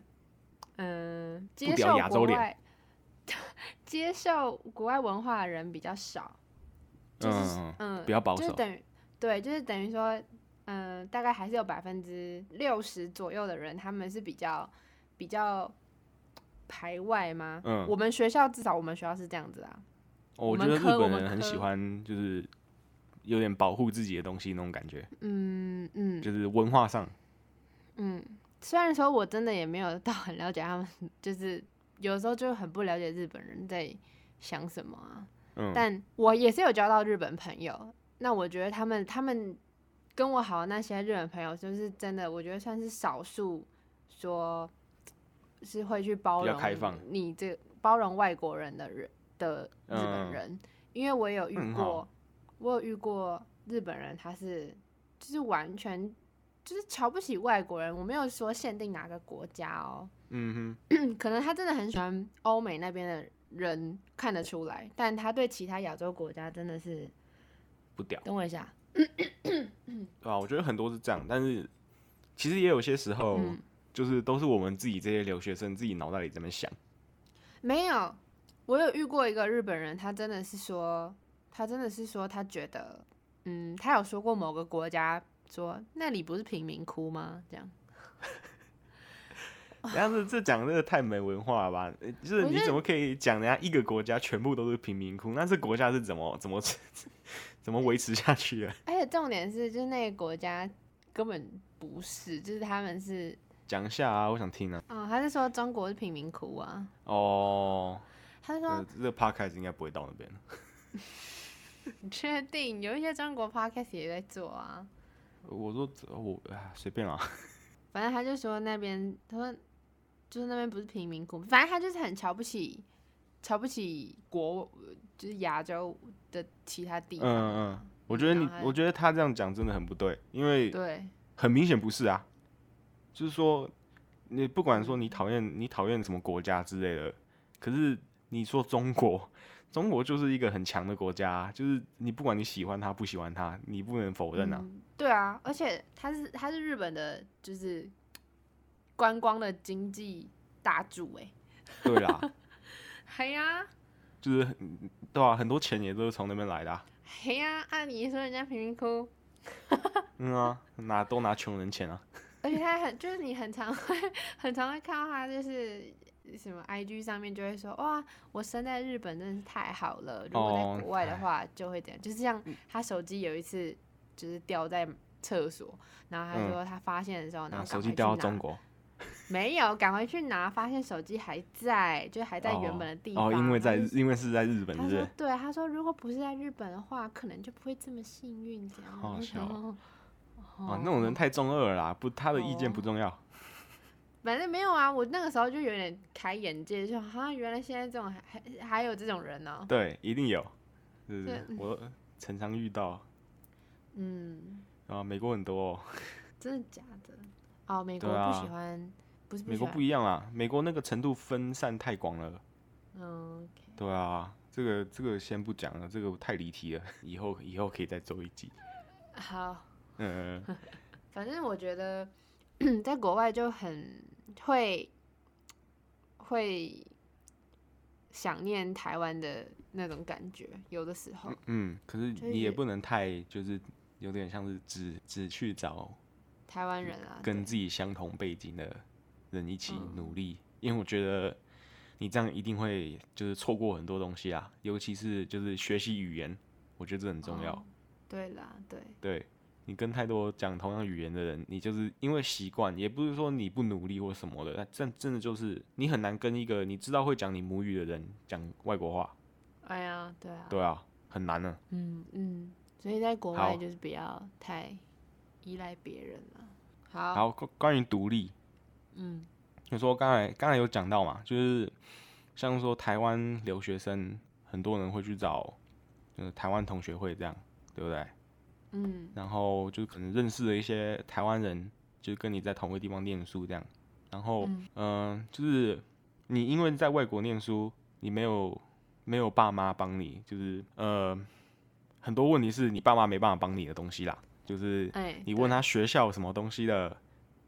A: 嗯、接
B: 不屌
A: 受
B: 亚
A: 国
B: 洲脸
A: 外 接受国外文化的人比较少，就是
B: 嗯
A: 嗯，嗯
B: 比较保
A: 就是
B: 守
A: 等于对，就是等于说，嗯、大概还是有百分之六十左右的人，他们是比较比较排外吗？
B: 嗯
A: 我们学校至少我们学校是这样子啊，
B: 哦我
A: 我
B: 觉
A: 们
B: 得
A: 科
B: 日
A: 我
B: 本
A: 们
B: 人很喜
A: 科
B: 欢，就是有点保护自己的东西那种感觉，
A: 嗯嗯
B: 就是文化上，
A: 嗯，虽然说我真的也没有到很了解他们，就是有时候就很不了解日本人在想什么啊。
B: 嗯，
A: 但我也是有交到日本朋友，那我觉得他们他们跟我好的那些日本朋友，就是真的，我觉得算是少数说是会去包
B: 比较
A: 容
B: 开放
A: 你这包容外国人的人的日本
B: 嗯
A: 人，因为我有遇
B: 嗯
A: 过
B: 好，
A: 我有遇过日本人，他是就是完全就是瞧不起外国人，我没有说限定哪个国家哦，
B: 嗯
A: 可能他真的很喜欢欧美那边的人看得出来，但他对其他亚洲国家真的是……
B: 哼，不屌，
A: 等我一下，
B: 对啊吧、我觉得很多是这样，但是其实也有些时候，
A: 嗯
B: 就是都是我们自己这些留学生自己脑袋里这么想，
A: 没有，我有遇过一个日本人，他真的是说，他真的是说，他觉得，嗯，他有说过某个国家说那里不是贫民窟吗？这样，
B: 但是哎这讲这个太没文化了吧？呃就是
A: 哦我
B: 你
A: 觉得
B: 怎么可以讲人家一个国家全部都是贫民窟？那这国家是怎么怎么 怎么维持下去的？
A: 而且重点是，就是那个国家根本不是，就是他们是，
B: 讲一下啊，我想听啊。
A: 哦，他是说中国是贫民窟啊，
B: 哦，
A: 他说
B: 呃，这个 podcast 应该不会到那边。
A: 你确定有一些中国 podcast 也在做啊。
B: 我说我啊随便啦，
A: 反正他就说那边，他说就是那边不是贫民窟，反正他就是很瞧不起，瞧不起国，就是亚洲的其他地
B: 嗯
A: 方
B: 嗯
A: 啊。
B: 嗯，我觉得你
A: 然后，还
B: 我觉得他这样讲真的很不对，因为
A: 对，
B: 很明显不是啊，就是说你不管说你讨厌你讨厌什么国家之类的，可是你说中国，中国就是一个很强的国家啊、就是你不管你喜欢他不喜欢他，你不能否认啊，
A: 嗯对啊，而且他是他是日本的，就是观光的经济大柱哎、
B: 对啦，
A: 嘿呀、
B: 就是很对啊，很多钱也都是从那边来的、啊，
A: 嘿呀、按理说人家贫民窟，
B: 嗯啊，拿都拿穷人钱啊，
A: 而且他很就是你很常会 很常会看到他就是什么 IG 上面就会说哇，我生在日本真的是太好了。如果
B: 哦嗯
A: 在国外的
B: 哎
A: 话就会怎样，就是像他手机有一次就是掉在厕所，然后他
B: 嗯
A: 说他发现的时候，然
B: 那
A: 后
B: 手
A: 赶
B: 机
A: 快
B: 掉到
A: 去
B: 中
A: 拿，
B: 国，
A: 没有赶回去拿，发现手机还在，就还在
B: 哦
A: 原本的地方。
B: 哦，因为
A: 他
B: 在
A: 就
B: 因为是在日本，是
A: 他
B: 不
A: 说
B: 是？
A: 对，他说如果不是在日本的话，可能就不会这么幸运这样。
B: 好
A: 我就
B: 笑
A: 想
B: 哦
A: 哦
B: 哦，那种人太中二了啦，不，他的意见不
A: 哦
B: 重要。
A: 反正没有啊，我那个时候就有点开眼界，就好像原来现在这种还还还有这种人呢、
B: 对，一定有。
A: 对
B: 是，我常常遇到
A: 嗯，
B: 啊，美国很多、哦，
A: 真的假的？哦，美国
B: 对啊
A: 不喜欢，不是不
B: 美
A: 喜
B: 国
A: 欢
B: 不一样啦，美国那个程度分散太广了。
A: 嗯，OK，
B: 对啊，这这个这个先不讲了，这个太离题了， 以后以后可以再做一集。
A: 好，
B: 嗯、
A: 反正我觉得 在国外就很会会想念台湾的那种感觉，有的时候，
B: 嗯，可是
A: 就是
B: 你也不能太就是有点像是只只去找
A: 台湾人啊，
B: 跟
A: 对
B: 自己相同背景的人一起
A: 嗯
B: 努力，因为我觉得你这样一定会就是错过很多东西啊，尤其是就是学习语言，我觉得这很重要。
A: 哦对啦，对，
B: 对你跟太多讲同样语言的人，你就是因为习惯，也不是说你不努力或什么的，但真真的就是你很难跟一个你知道会讲你母语的人讲外国话，
A: 哎呀，对啊，
B: 对啊，很难呢、
A: 嗯嗯，所以在国
B: 好
A: 外就是不要太依赖别人了。好，
B: 好，关关于独立，
A: 嗯
B: 就说刚才刚才有讲到嘛，就是像说台湾留学生，很多人会去找就是台湾同学会这样，对不对？
A: 嗯
B: 然后就可能认识了一些台湾人，就跟你在同一个地方念书这样。然后，嗯
A: 嗯、
B: 就是你因为在外国念书，你没有没有爸妈帮你，就是呃，很多问题是你爸妈没办法帮你的东西啦。就是
A: 哎
B: 你问
A: 对嗯
B: 他学校有什么东西的，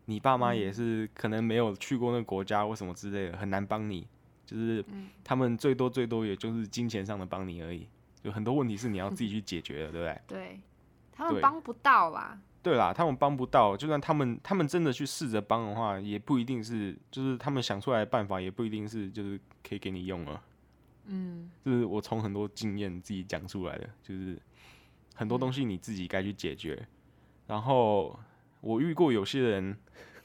B: 你爸妈也是可能没有去过那个国家或什么之类的，很难帮你。就是
A: 嗯
B: 他们最多最多也就是金钱上的帮你而已，就很多问题是你要自己去解决的，对不对？
A: 对，他们
B: 对
A: 帮不到啦。
B: 对啦，他们帮不到，就算他们他们真的去试着帮的话，也不一定是，就是他们想出来的办法，也不一定是就是可以给你用了。
A: 嗯
B: 就是我从很多经验自己讲出来的，就是很多
A: 嗯
B: 东西你自己该去解决。然后我遇过有些人，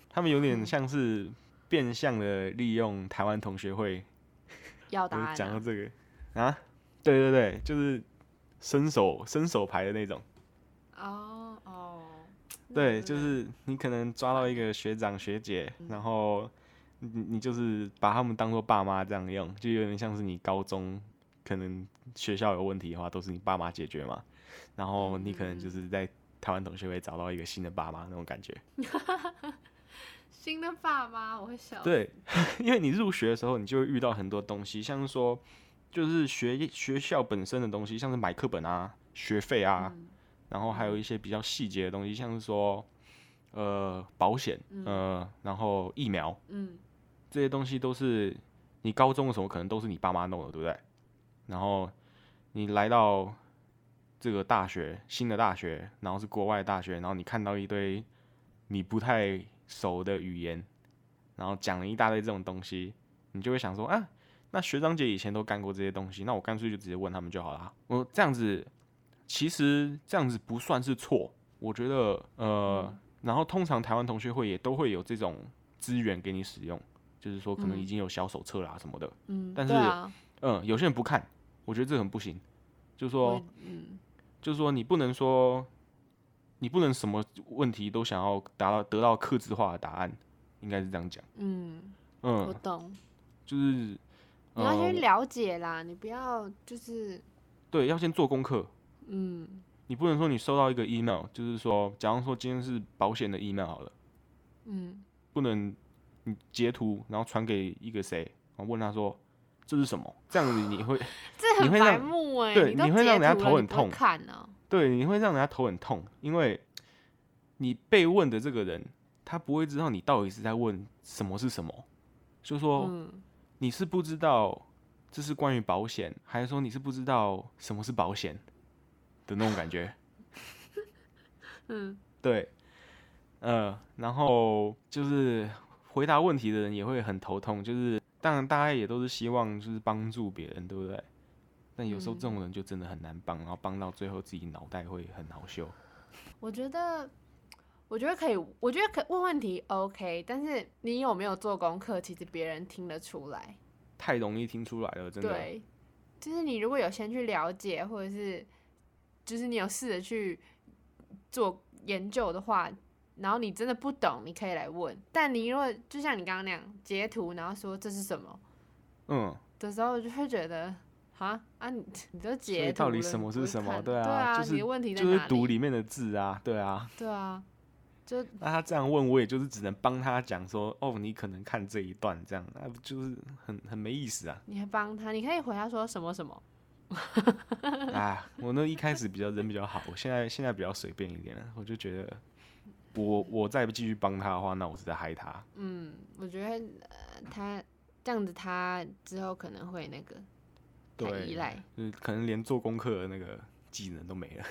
B: 他们有点
A: 嗯
B: 像是变相的利用台湾同学会，
A: 要答
B: 我
A: 案、
B: 讲到
A: 啊。
B: 这个啊，对对对，就是伸手伸手牌的那种。
A: 哦哦，
B: 嗯对，嗯就是你可能抓到一个学长学姐，然后你你就是把他们当做爸妈这样用，就有点像是你高中可能学校有问题的话，都是你爸妈解决嘛，然后你可能就是在台湾同学会找到一个新的爸妈那种感觉。
A: 新的爸妈，我会笑。，
B: 对， 因为你入学的时候，你就会遇到很多东西，像是说就是学学校本身的东西，像是买课本啊、学费啊，
A: 嗯
B: 然后还有一些比较细节的东西，像是说，呃，保险，
A: 嗯
B: 呃，然后疫苗
A: 嗯
B: 这些东西都是你高中的时候可能都是你爸妈弄的，对不对？然后你来到这个大学，新的大学，然后是国外的大学，然后你看到一堆你不太熟的语言，然后讲了一大堆这种东西，你就会想说啊，那学长姐以前都干过这些东西，那我干脆就直接问他们就好啦。我这样子，其实这样子不算是错，我觉得呃，然后通常台湾同学会也都会有这种资源给你使用，就是说可能
A: 嗯
B: 已经有小手册啦什么的，
A: 嗯，
B: 但
A: 对
B: 是
A: 啊，
B: 嗯，有些人不看，我觉得这很不行，就是
A: 我
B: 说
A: 也嗯
B: 就是说你不能说，你不能什么问题都想要达到得到克制化的答案，应该是这样讲。
A: 嗯，我
B: 嗯，
A: 懂。
B: 就是
A: 你要
B: 呃
A: 先了解啦，你不要就是
B: 对，要先做功课。
A: 嗯
B: 你不能说你收到一个 email，就是说，假如说今天是保险的 email 好了，
A: 嗯
B: 不能你截图然后传给一个谁，然后问他说这是什么，这样子你会
A: 这
B: 你
A: 很
B: 会
A: 白
B: 让
A: 目哎、
B: 对
A: 你都
B: 你会让
A: 截
B: 人家头
A: 图了
B: 很
A: 你不会
B: 痛
A: 看哦呢、
B: 对，你会让人家头很痛，因为你被问的这个人，他不会知道你到底是在问什么是什么，就说
A: 嗯
B: 你是不知道这是关于保险，还是说你是不知道什么是保险的那种感觉？
A: 嗯
B: 对，呃，然后就是回答问题的人也会很头痛，就是当然大家也都是希望就是帮助别人，对不对？但有时候这种人就真的很难帮，然后帮到最后自己脑袋会很恼羞。
A: 我觉得，我觉得可以，我觉得可问问题 OK，但是你有没有做功课，其实别人听得出来。
B: 太容易听出来了，真的。
A: 对，就是你如果有先去了解，或者是就是你有试着去做研究的话，然后你真的不懂，你可以来问。但你如果就像你刚刚那样截图，然后说这是什么
B: 嗯，
A: 的时候，我就会觉得。啊啊！你你都
B: 所以
A: 截图
B: 到底
A: 了
B: 什
A: 你
B: 么
A: 不
B: 是
A: 会
B: 什么
A: 看
B: 对
A: 对
B: 啊就是
A: 你的问题在
B: 就
A: 哪
B: 是
A: 里？
B: 读里面的字啊，对啊。
A: 对啊，就
B: 那他这样问我，也就是只能帮他讲说， 哦，你可能看这一段这样，那不就是很很没意思啊？
A: 你还帮他，你可以回他说什么什么，
B: 啊，我那一开始比较人比较好，我现在现在比较随便一点了，我就觉得我我再继续帮他的话，那我是在害他。
A: 嗯，我觉得、呃、他这样子，他之后可能会那个太
B: 对，
A: 依赖。
B: 就是可能连做功课的那个技能都没了。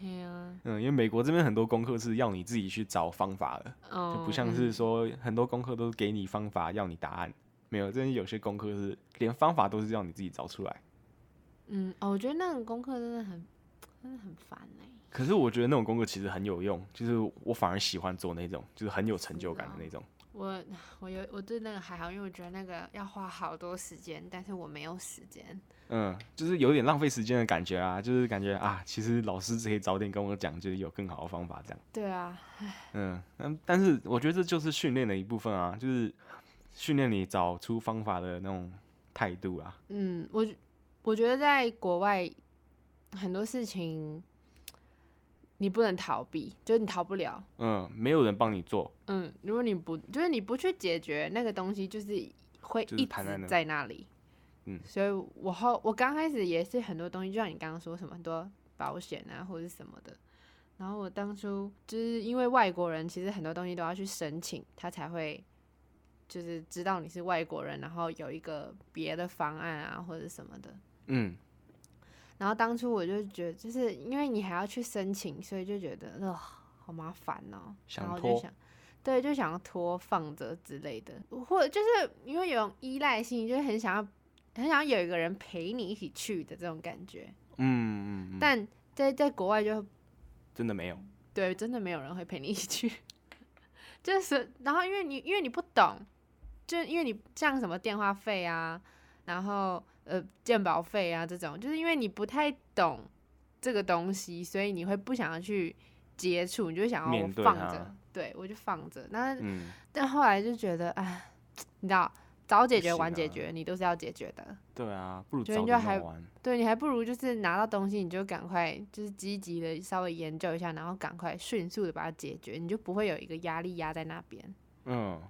A: 对呀，
B: 嗯，因为美国这边很多功课是要你自己去找方法的，
A: 哦，
B: 就不像
A: 嗯
B: 是说很多功课都是给你方法要你答案，没有，这边有些功课是连方法都是要你自己找出来。
A: 嗯，哦，我觉得那种功课真的很，真的很烦哎、
B: 可是我觉得那种功课其实很有用，就是我反而喜欢做那种，就是很有成就感的那种。
A: 我我有我对那个还好，因为我觉得那个要花好多时间，但是我没有时间。
B: 嗯，就是有点浪费时间的感觉啊，就是感觉啊，其实老师可以早点跟我讲，就是有更好的方法这样。
A: 对啊，
B: 嗯，但但是我觉得这就是训练的一部分啊，就是训练你找出方法的那种态度啊。
A: 嗯，我觉我觉得在国外很多事情你不能逃避，就是你逃不了。
B: 嗯，没有人帮你做，
A: 嗯，如果你不就是你不去解决那个东西，就是会
B: 就是
A: 一
B: 盘在
A: 直
B: 那
A: 在那里。
B: 嗯
A: 所以我后我刚开始也是很多东西，就像你刚刚说什么很多保险啊或者是什么的。然后我当初就是因为外国人，其实很多东西都要去申请，他才会就是知道你是外国人，然后有一个别的方案啊或者什么的。
B: 嗯，
A: 然后当初我就觉得，就是因为你还要去申请，所以就觉得哦、呃好麻烦哦、
B: 想
A: 然后就
B: 拖
A: 想，对，就想要拖放着之类的，或者就是因为有种依赖性，就是很想要很想要有一个人陪你一起去的这种感觉。
B: 嗯嗯嗯，
A: 但在在国外就
B: 真的没有。
A: 对，真的没有人会陪你一起去，就是然后因为你因为你不懂，就因为你像什么电话费啊，然后呃鉴保费啊这种，就是因为你不太懂这个东西，所以你会不想要去接触，你就想要我
B: 面对
A: 放
B: 它
A: 着，对我就放着。那
B: 嗯，
A: 但后来就觉得，哎，你知道早解
B: 不
A: 决
B: 行
A: 晚解
B: 啊
A: 决，你都是要解决的。
B: 对啊，不如
A: 觉得
B: 早
A: 你
B: 点
A: 就还
B: 弄完。
A: 对你还不如就是拿到东西，你就赶快就是积极的稍微研究一下，然后赶快迅速的把它解决，你就不会有一个压力压在那边。
B: 嗯，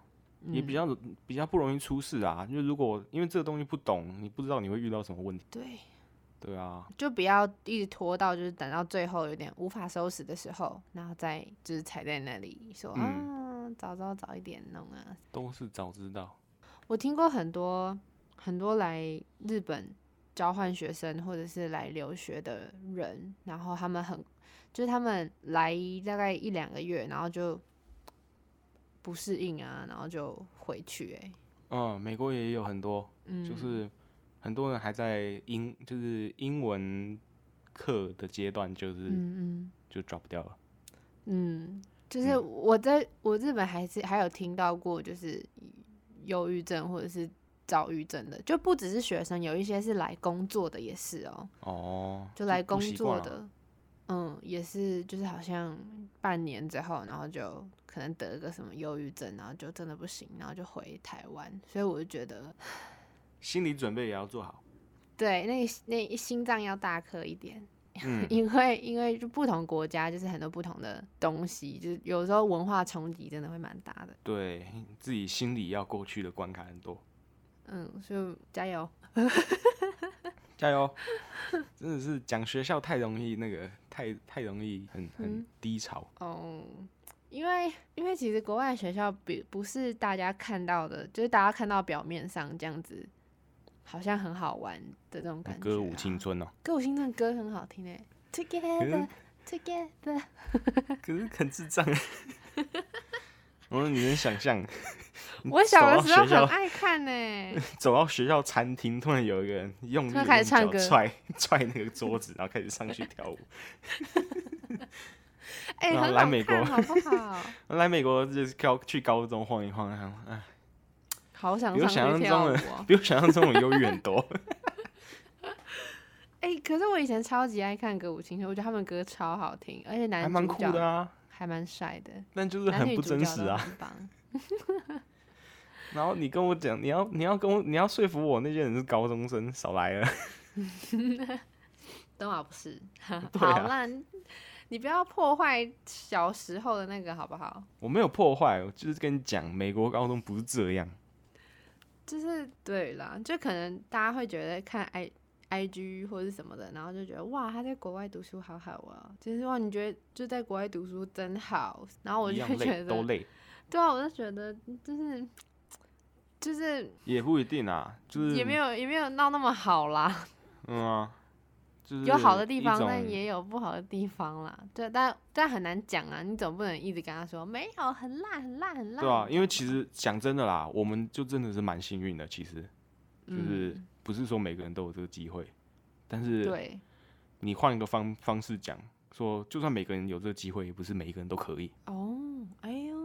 B: 也比
A: 嗯
B: 较比较不容易出事啊。因为如果因为这个东西不懂，你不知道你会遇到什么问题。
A: 对，
B: 对啊，
A: 就不要一直拖到就是等到最后有点无法收拾的时候，然后再就是踩在那里说、
B: 嗯
A: 啊，早早早一点弄啊。
B: 都是早知道。
A: 我听过很多很多来日本交换学生或者是来留学的人，然后他们很就是他们来大概一两个月，然后就不适应啊，然后就回去、欸。哎，
B: 嗯，美国也有很多，
A: 嗯，
B: 就是很多人还在英就是英文课的阶段，就是、
A: 嗯嗯
B: 就 drop 掉了。
A: 嗯，就是我在我日本还是还有听到过，就是忧郁症或者是躁郁症的，就不只是学生，有一些是来工作的也是哦、
B: 哦，
A: 就来
B: 不
A: 工
B: 习
A: 作
B: 惯了
A: 的，嗯，也是就是好像半年之后，然后就可能得个什么忧郁症，然后就真的不行，然后就回台湾。所以我就觉得，
B: 心理准备也要做 好。
A: 对，那个那一心脏要大颗一点，
B: 嗯，
A: 因为因为就不同国家就是很多不同的东西，就是有时候文化冲击真的会蛮大的。
B: 对自己心里要过去的关卡很多，
A: 嗯，所以加油。
B: 加油！ 真的是讲学校太容易那个，太太容易很很
A: 嗯
B: 低潮。
A: 哦、因为因为其实国外学校比不是大家看到的，就是大家看到表面上这样子，好像很好玩的那种感觉、啊。
B: 歌舞青，春 嗯哦、
A: 歌舞青春歌很好听诶、t o g e
B: 可
A: t h e r
B: 是嗯
A: Together，
B: 可是很智障。 我说你能想象，你
A: 我小的时候
B: 走到啊学
A: 很
B: 校
A: 爱看呢、欸
B: 走到学校餐厅，突然有一个人用力
A: 突然
B: 的
A: 开始唱
B: 用脚
A: 歌
B: 踹 踹那个桌子，然后开始上去跳舞。
A: 哎、
B: 然后
A: 很
B: 来
A: 好
B: 美
A: 看，
B: 国
A: 好不好？
B: 来美国就是高去高中晃一晃，然后哎，
A: 好想
B: 比我想
A: 上
B: 象中
A: 去跳舞、
B: 的
A: 哦。
B: 比我想象中的忧郁很多。
A: 哎、可是我以前超级爱看歌舞青春，我觉得他们歌超好听，而且
B: 还
A: 男
B: 蛮
A: 主
B: 酷
A: 角
B: 的啊，
A: 还蛮帅的，
B: 但就是
A: 男
B: 很
A: 女
B: 不
A: 主角
B: 真实
A: 都
B: 啊。
A: 很棒。
B: 然后你跟我讲，你要你要跟我你要说服我那些人是高中生，少来了。
A: 都好不是，
B: 对啊
A: 好啦，你不要破坏小时候的那个好不好？
B: 我没有破坏，我就是跟你讲，美国高中不是这样。
A: 就是对啦，就可能大家会觉得看爱 IG 或者什么的，然后就觉得哇，他在国外读书好好哦、就是哇，你觉得就在国外读书真好，然后我
B: 一
A: 就
B: 样
A: 觉
B: 累都
A: 得，
B: 累，
A: 对啊，我就觉得就是就是
B: 也不一定啊，就是
A: 也没有也没有闹那么好啦，
B: 嗯啊，就是
A: 有好的地
B: 一
A: 方，
B: 种
A: 但也有不好的地方啦。对，但但很难讲啊，你总不能一直跟他说没有很烂很烂很烂。
B: 对啊，因为其实讲真的啦，我们就真的是蛮幸运的，其实就是
A: 嗯
B: 不是说每个人都有这个机会，但是
A: 对
B: 你换一个方方式讲，说就算每个人有这个机会，也不是每一个人都可以，
A: 哦，哎呦，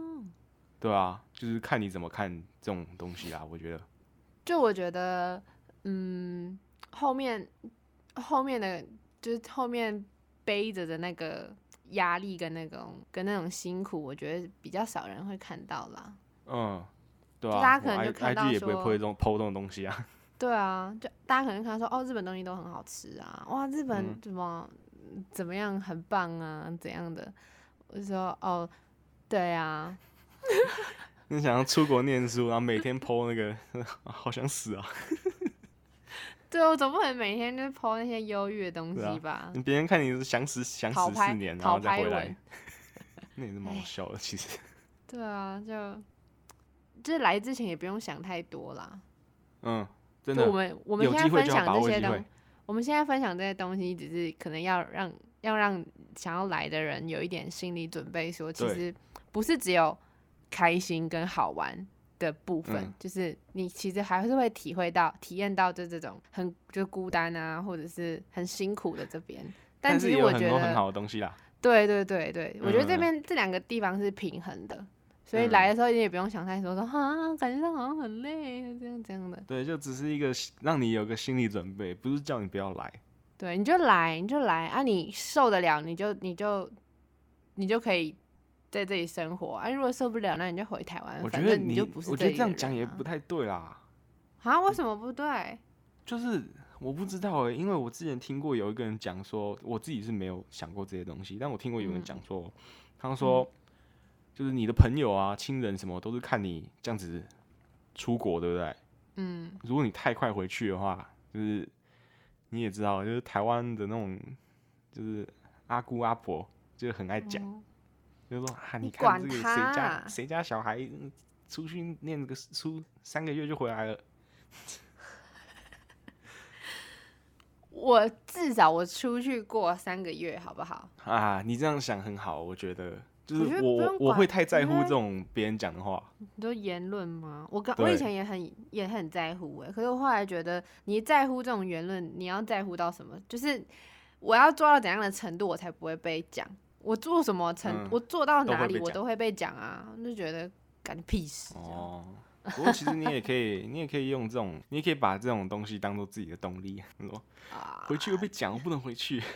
B: 对啊，就是看你怎么看这种东西啦，我觉得，
A: 就我觉得，嗯，后面后面的就是后面背着的那个压力跟那种跟那种辛苦，我觉得比较少人会看到啦。
B: 嗯，对
A: 就
B: 啊，
A: 大家可
B: 我
A: 能
B: I
A: 就看
B: I
A: 到
B: G 也不会
A: 说
B: po 这种 po 这种东西啊，
A: 对啊，就大家可能看到说哦，日本东西都很好吃啊，哇，日本
B: 嗯
A: 怎么、怎么样很棒啊，怎样的？我就说哦，对啊，
B: 你想要出国念书，然后每天 po 那个， 好想死啊！
A: 对我总不能每天就抛那些优越的东
B: 对啊
A: 西吧？
B: 别人看你是想死想
A: 讨
B: 死
A: 拍
B: 四年，然
A: 讨
B: 后再
A: 拍
B: 回
A: 文
B: 来， 那也是蛮好
A: 哎
B: 笑的，其实，
A: 对啊，就就是来之前也不用想太多啦。
B: 嗯，真
A: 就
B: 的
A: 我，们我们
B: 有
A: 现在
B: 机会
A: 分
B: 就要
A: 享
B: 把
A: 这
B: 握
A: 些
B: 机
A: 东
B: 会，
A: 我们现在分享这些东西，只是可能要让要让想要来的人有一点心理准备说其
B: 对
A: 实不是只有开心跟好玩的部分，
B: 嗯
A: 就是你其实还是会体会到、体验到就这种很就孤单啊，或者是很辛苦的这边。
B: 但
A: 其
B: 是也
A: 实
B: 有
A: 我
B: 很
A: 觉
B: 多很
A: 得，
B: 好的东西啦。
A: 对对对对，我觉得这
B: 嗯
A: 边这两个地方是平衡的。所以
B: 嗯
A: 来的时候你也不用想太多，说哈，感觉上好像很累，这样这样的。
B: 对，就只是一个让你有个心理准备，不是叫你不要来。
A: 对，你就来，你就来啊！你受得了，你就你就你就可以在这里生活啊。如果受不了，那你就回台湾。
B: 我觉
A: 嗯反
B: 得
A: 正你就不是
B: 我觉得
A: 里
B: 这样
A: 的
B: 讲
A: 人
B: 也
A: 啊
B: 不太对啦。
A: 啊？为什么不对？
B: 就是我不知道哎、因为我之前听过有一个人讲说，我自己是没有想过这些东西，但我听过有人
A: 嗯
B: 讲说，他说、就是你的朋友啊、亲人什么都是看你这样子出国，对不对？
A: 嗯，
B: 如果你太快回去的话，就是你也知道，就是台湾的那种，就是阿姑阿婆，就是很爱讲，
A: 哦
B: 就是说啊，
A: 你
B: 你
A: 管
B: 看这个谁家
A: 他啊
B: 谁家小孩嗯出去念个书三个月就回来了，
A: 我至少我出去过三个月，好不好？
B: 啊，你这样想很好，我觉得。就是
A: 我
B: 我
A: 觉得不
B: 我
A: 用
B: 我
A: 管
B: 会太在乎
A: 因为
B: 这种别人讲的话，
A: 你说言论吗？我刚我以
B: 对
A: 前也很也很在乎哎、可是我后来觉得，你在乎这种言论，你要在乎到什么？就是我要做到怎样的程度，我才不会被讲？我做什么程，
B: 嗯
A: 我做到
B: 都
A: 哪
B: 会
A: 里，
B: 被
A: 我
B: 讲
A: 都会被讲啊！我就觉得干你屁事这样。
B: 哦，不过其实你也可以，你也可以用这种，你也可以把这种东西当做自己的动力。 你说
A: 啊
B: 回去又被讲，我不能回去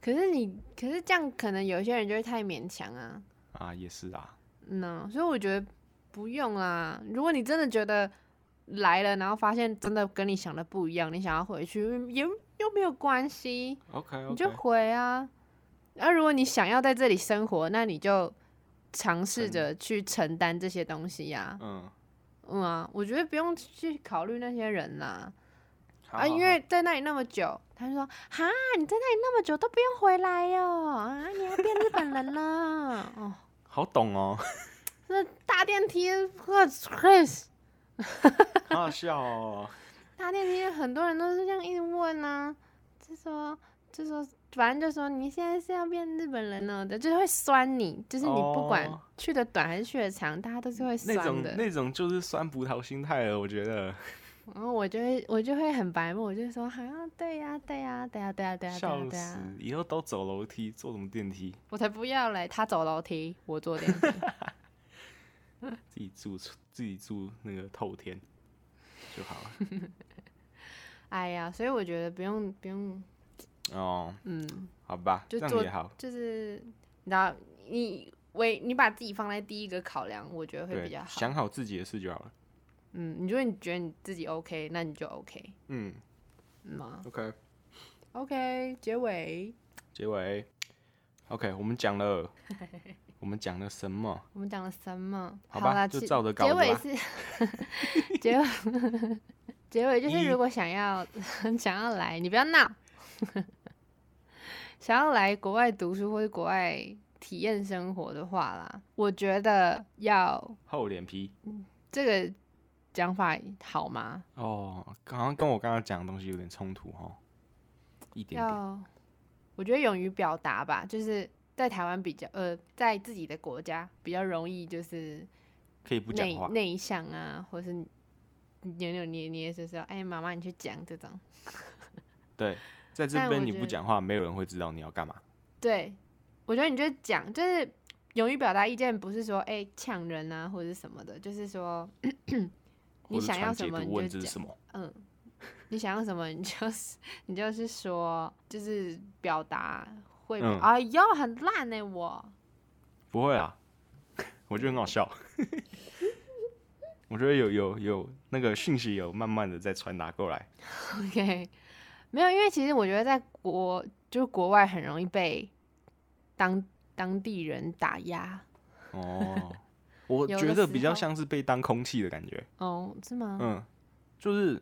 A: 可是你，可是这样可能有些人就会太勉强啊。
B: 啊，也是啊，
A: 嗯呐、所以我觉得不用啦。如果你真的觉得来了，然后发现真的跟你想的不一样，你想要回去，嗯也又没有关系。
B: OK OK，
A: 你就回啊。那、如果你想要在这里生活，那你就尝试
B: 承
A: 着去承担这些东西呀、
B: 嗯，
A: 嗯啊，我觉得不用去考虑那些人啦。
B: 好
A: 啊，
B: 好
A: 因为在那里那么久，他就说：“哈，你在那里那么久都不用回来哟、啊，你要变日本人了。”哦，
B: 好好懂 哦，
A: 那大电梯，我 Chris，
B: 好好笑哦。
A: 大电梯很多人都是这样一直问呢、就说就说，反正就说你现在是要变日本人了的，就是会酸你，就是你不管
B: 哦
A: 去的短还是去的长，大家都是会
B: 那
A: 酸
B: 种
A: 的。
B: 那种就是酸葡萄心态了，我觉得
A: 然后我就会我就会很白目，我就说哈、对呀、对呀、对呀、对呀、啊对呀、对呀、
B: 笑
A: 对呀、
B: 死， 以后都走楼梯，坐什么电梯？
A: 我才不要嘞！他走楼梯，我坐电梯。
B: 自己住自己住那个透天就好了。
A: 哎呀，所以我觉得不用不用，
B: 哦，
A: 嗯，
B: 好吧，
A: 就
B: 这样
A: 做
B: 也好，
A: 就是你知道，你为你把自己放在第一个考量，我觉得会比
B: 对
A: 较，好。
B: 想好自己的事就好了。
A: 嗯，你觉得你觉得你自己 OK，那你就 OK，
B: 嗯
A: 嗯吗
B: ，OK。
A: ？OK，结尾
B: 结尾，OK，我们讲 了，我们讲了什么？
A: 我们讲了什么？
B: 好
A: 啦，
B: 吧，就
A: 其
B: 照着稿 子
A: 结尾
B: 吧。
A: 是结尾结尾就是，
B: 一
A: 如果想要 想要来，你不要闹， 想要来国外读书或者国外体验生活的话啦，我觉得要
B: 厚脸皮
A: 这个讲法好吗？
B: 哦，好像跟我刚刚讲的东西有点冲突哦，一点点。
A: 要，我觉得勇于表达吧，就是在台湾比较，呃，在自己的国家比较容易，就是
B: 可以不讲
A: 内
B: 话，
A: 内向啊，或是扭扭捏捏，就是哎，妈妈你去讲这种。
B: 对，在这
A: 但
B: 边
A: 我
B: 你
A: 觉
B: 不
A: 得
B: 讲话，没有人会知道你要干嘛。
A: 对，我觉得你就讲，就是勇于表达意见，不是说哎呛人啊或者是什么的，就是说
B: 或
A: 你
B: 者
A: 想要
B: 传
A: 什
B: 解
A: 么
B: 读
A: 你
B: 问
A: 就
B: 这是
A: 讲
B: 什么？
A: 嗯，你想要什么，你就是你就是说，就是表达会比，
B: 嗯
A: 哎呦很烂呢、我
B: 不会啊， 我觉得很好 笑。我觉得有有有那个讯息有慢慢的在传达过来，
A: OK，没 有，因为其实我觉得在国就是国外很容易被当当地人打压
B: 哦，我
A: 有
B: 觉
A: 的
B: 得
A: 时
B: 比较
A: 候
B: 像是被当空气的感觉。
A: 哦，是吗？
B: 嗯，就是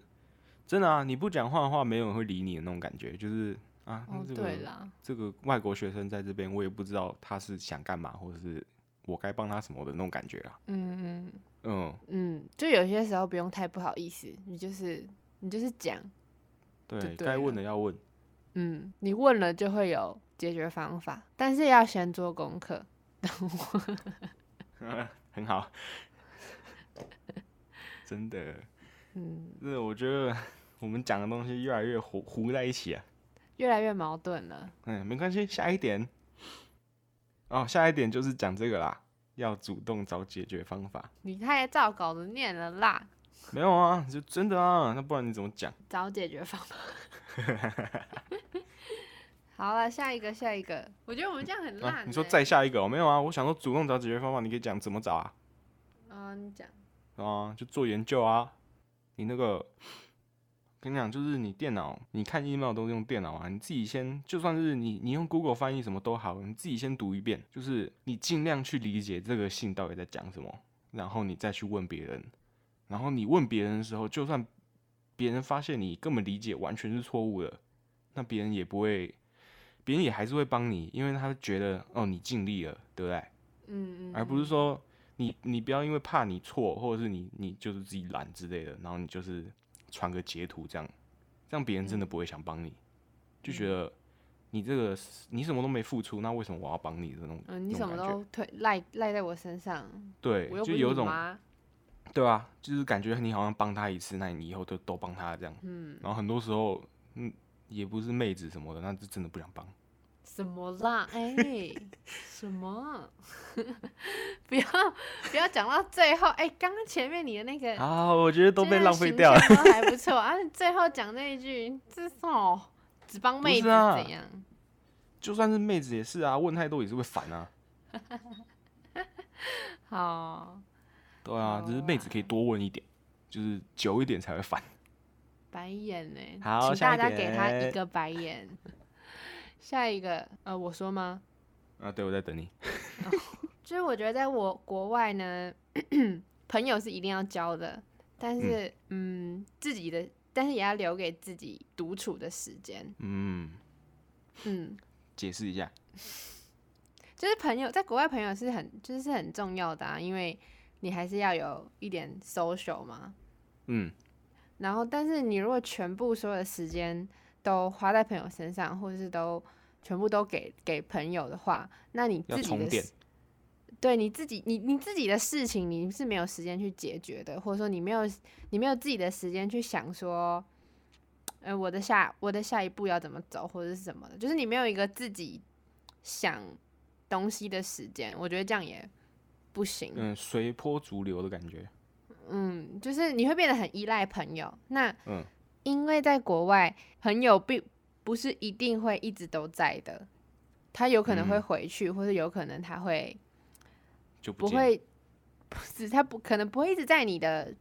B: 真的啊，你不讲话的话，没有人会理你的那种感觉，就是啊，那
A: 哦，
B: 这
A: 对
B: 个
A: 啦，
B: 这个外国学生在这边，我也不知道他是想干嘛，或者是我该帮他什么的那种感觉啊。
A: 嗯嗯。
B: 嗯，
A: 嗯，就有些时候不用太不好意思，你就是你就是讲，
B: 对，
A: 对
B: 该问的
A: 了
B: 要问，
A: 嗯，你问了就会有解决方法，但是要先做功课。
B: 很好，真的，
A: 嗯，
B: 那我觉得我们讲的东西越来越糊糊在一起啊。
A: 越来越矛盾了。
B: 嗯，没关系，下一点。哦，下一点就是讲这个啦，要主动找解决方法。
A: 你太照稿子念了啦，
B: 没有啊，就真的啊，那不然你怎么讲？
A: 找解决方法。 好了，下一个，下一个。我觉得我们这样很烂、欸
B: 啊，你说再？下一个、哦？没有啊，我想说主动找解决方法，你可以讲怎么找啊？
A: 嗯、你讲。
B: 啊，就做研究啊。你那个，跟你讲，就是你电脑，你看 email 都是用电脑啊。你自己先，就算是你你用 Google 翻译什么都好，你自己先读一遍，就是你尽量去理解这个信到底在讲什么，然后你再去问别人。然后你问别人的时候，就算别人发现你根本理解完全是错误的，那别人也不会，别人也还是会帮你，因为他觉得哦你尽力了，对不对？
A: 嗯嗯。
B: 而不是
A: 嗯
B: 说你你不要因为怕你错，或者是你你就是自己懒之类的，然后你就是传个截图这样，这样别人真
A: 嗯
B: 的不会想帮你，就觉得你这个你什么都没付出，那为什么我要帮你的那种？
A: 嗯，你
B: 那
A: 什
B: 种
A: 么
B: 感觉
A: 都推赖赖在我身上，
B: 对
A: 我又，不
B: 就是有一
A: 你
B: 种
A: 妈。
B: 对啊，就是感觉你好像帮他一次，那你以后都都帮他这样。
A: 嗯，
B: 然后很多时候，嗯，也不是妹子什么的，那就真的不想帮。
A: 什么啦？哎、什么？ 不要不要讲到最后！哎、刚刚前面你的那个
B: 啊，我觉得都
A: 真
B: 被
A: 的
B: 浪费
A: 形
B: 掉了。
A: 象都还不错啊，你最后讲那一句，这是哦，只帮妹
B: 不
A: 子
B: 是啊
A: 怎样？
B: 就算是妹子也是啊，问太多也是会烦啊。
A: 好，
B: 对
A: 哦
B: 啊，只是妹子可以多问一点，就是久一点才会烦。
A: 白眼呢？
B: 好
A: 请
B: 下
A: 大
B: 一
A: 家给他一
B: 点
A: 个白眼。 下一个，呃，我说吗？
B: 啊，对，我在等你。
A: 就是我觉得在我国外呢，朋友是一定要交的，但是嗯自己的，但是也要留给自己独处的时间。
B: 嗯，
A: 嗯，
B: 解释一下。
A: 就是朋友在国外朋友是很就是很重要的啊，因为你还是要有一点 social 嘛。
B: 嗯，
A: 然后，但是你如果全部所有的时间都花在朋友身上，或者是都全部都给给朋友的话，那你
B: 要
A: 自己
B: 充
A: 的
B: 电
A: 事对你自己，你你自己的事情，你是没有时间去解决的，或者说你没有你没有自己的时间去想说，呃，我的下我的下一步要怎么走，或者是什么的，就是你没有一个自己想东西的时间，我觉得这样也不行。
B: 嗯，随波逐流的感觉。
A: 嗯，就是你会变得很依赖朋友。那
B: 嗯
A: 因为在国外，朋友并不是一定会一直都在的，他有可能会
B: 嗯
A: 回去，或者有可能他会
B: 就不
A: 不
B: 见了
A: 会，不是他不可能不会一直在你的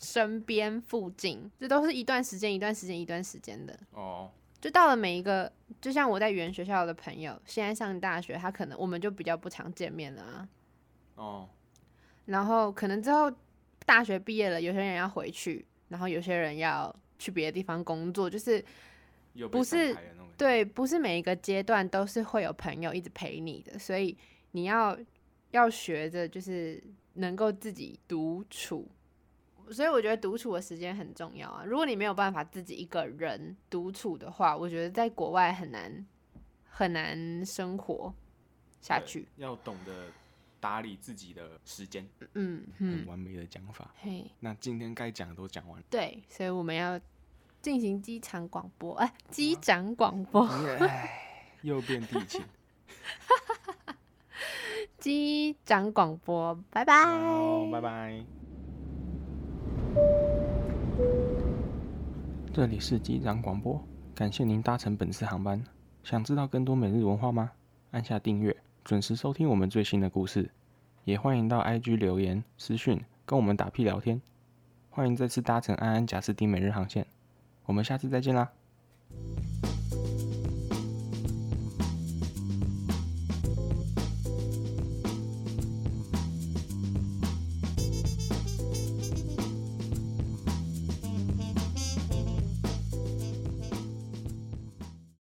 A: 身边附近，这都是一段时间、一段时间、一段时间的。
B: 哦，
A: 就到了每一个，就像我在原学校的朋友，现在上大学，他可能我们就比较不常见面了啊。
B: 哦，
A: 然后可能之后大学毕业了，有些人要回去，然后有些人要去别的地方工作，就是
B: 又被
A: 不
B: 上
A: 是
B: 台的那种感觉，
A: 对，不是每一个阶段都是会有朋友一直陪你的，所以你要要学着就是能够自己独处。所以我觉得独处的时间很重要啊。如果你没有办法自己一个人独处的话，我觉得在国外很难很难生活下
B: 对
A: 去。
B: 要懂得打理自己的时间，
A: 嗯
B: 很
A: 嗯，
B: 完美的讲法。
A: 嘿，
B: 那今天该讲的都讲完 了，
A: 对，所以我们要进行机场广播，哎、机长广播，
B: 唉，哎又变地勤。
A: 机长广播，拜拜，
B: 好，拜拜。这里是机长广播，感谢您搭乘本次航班。想知道更多每日文化吗？按下订阅，准时收听我们最新的故事。也欢迎到 IG 留言、私讯跟我们打屁聊天。欢迎再次搭乘安安贾斯汀每日航线，我们下次再见啦。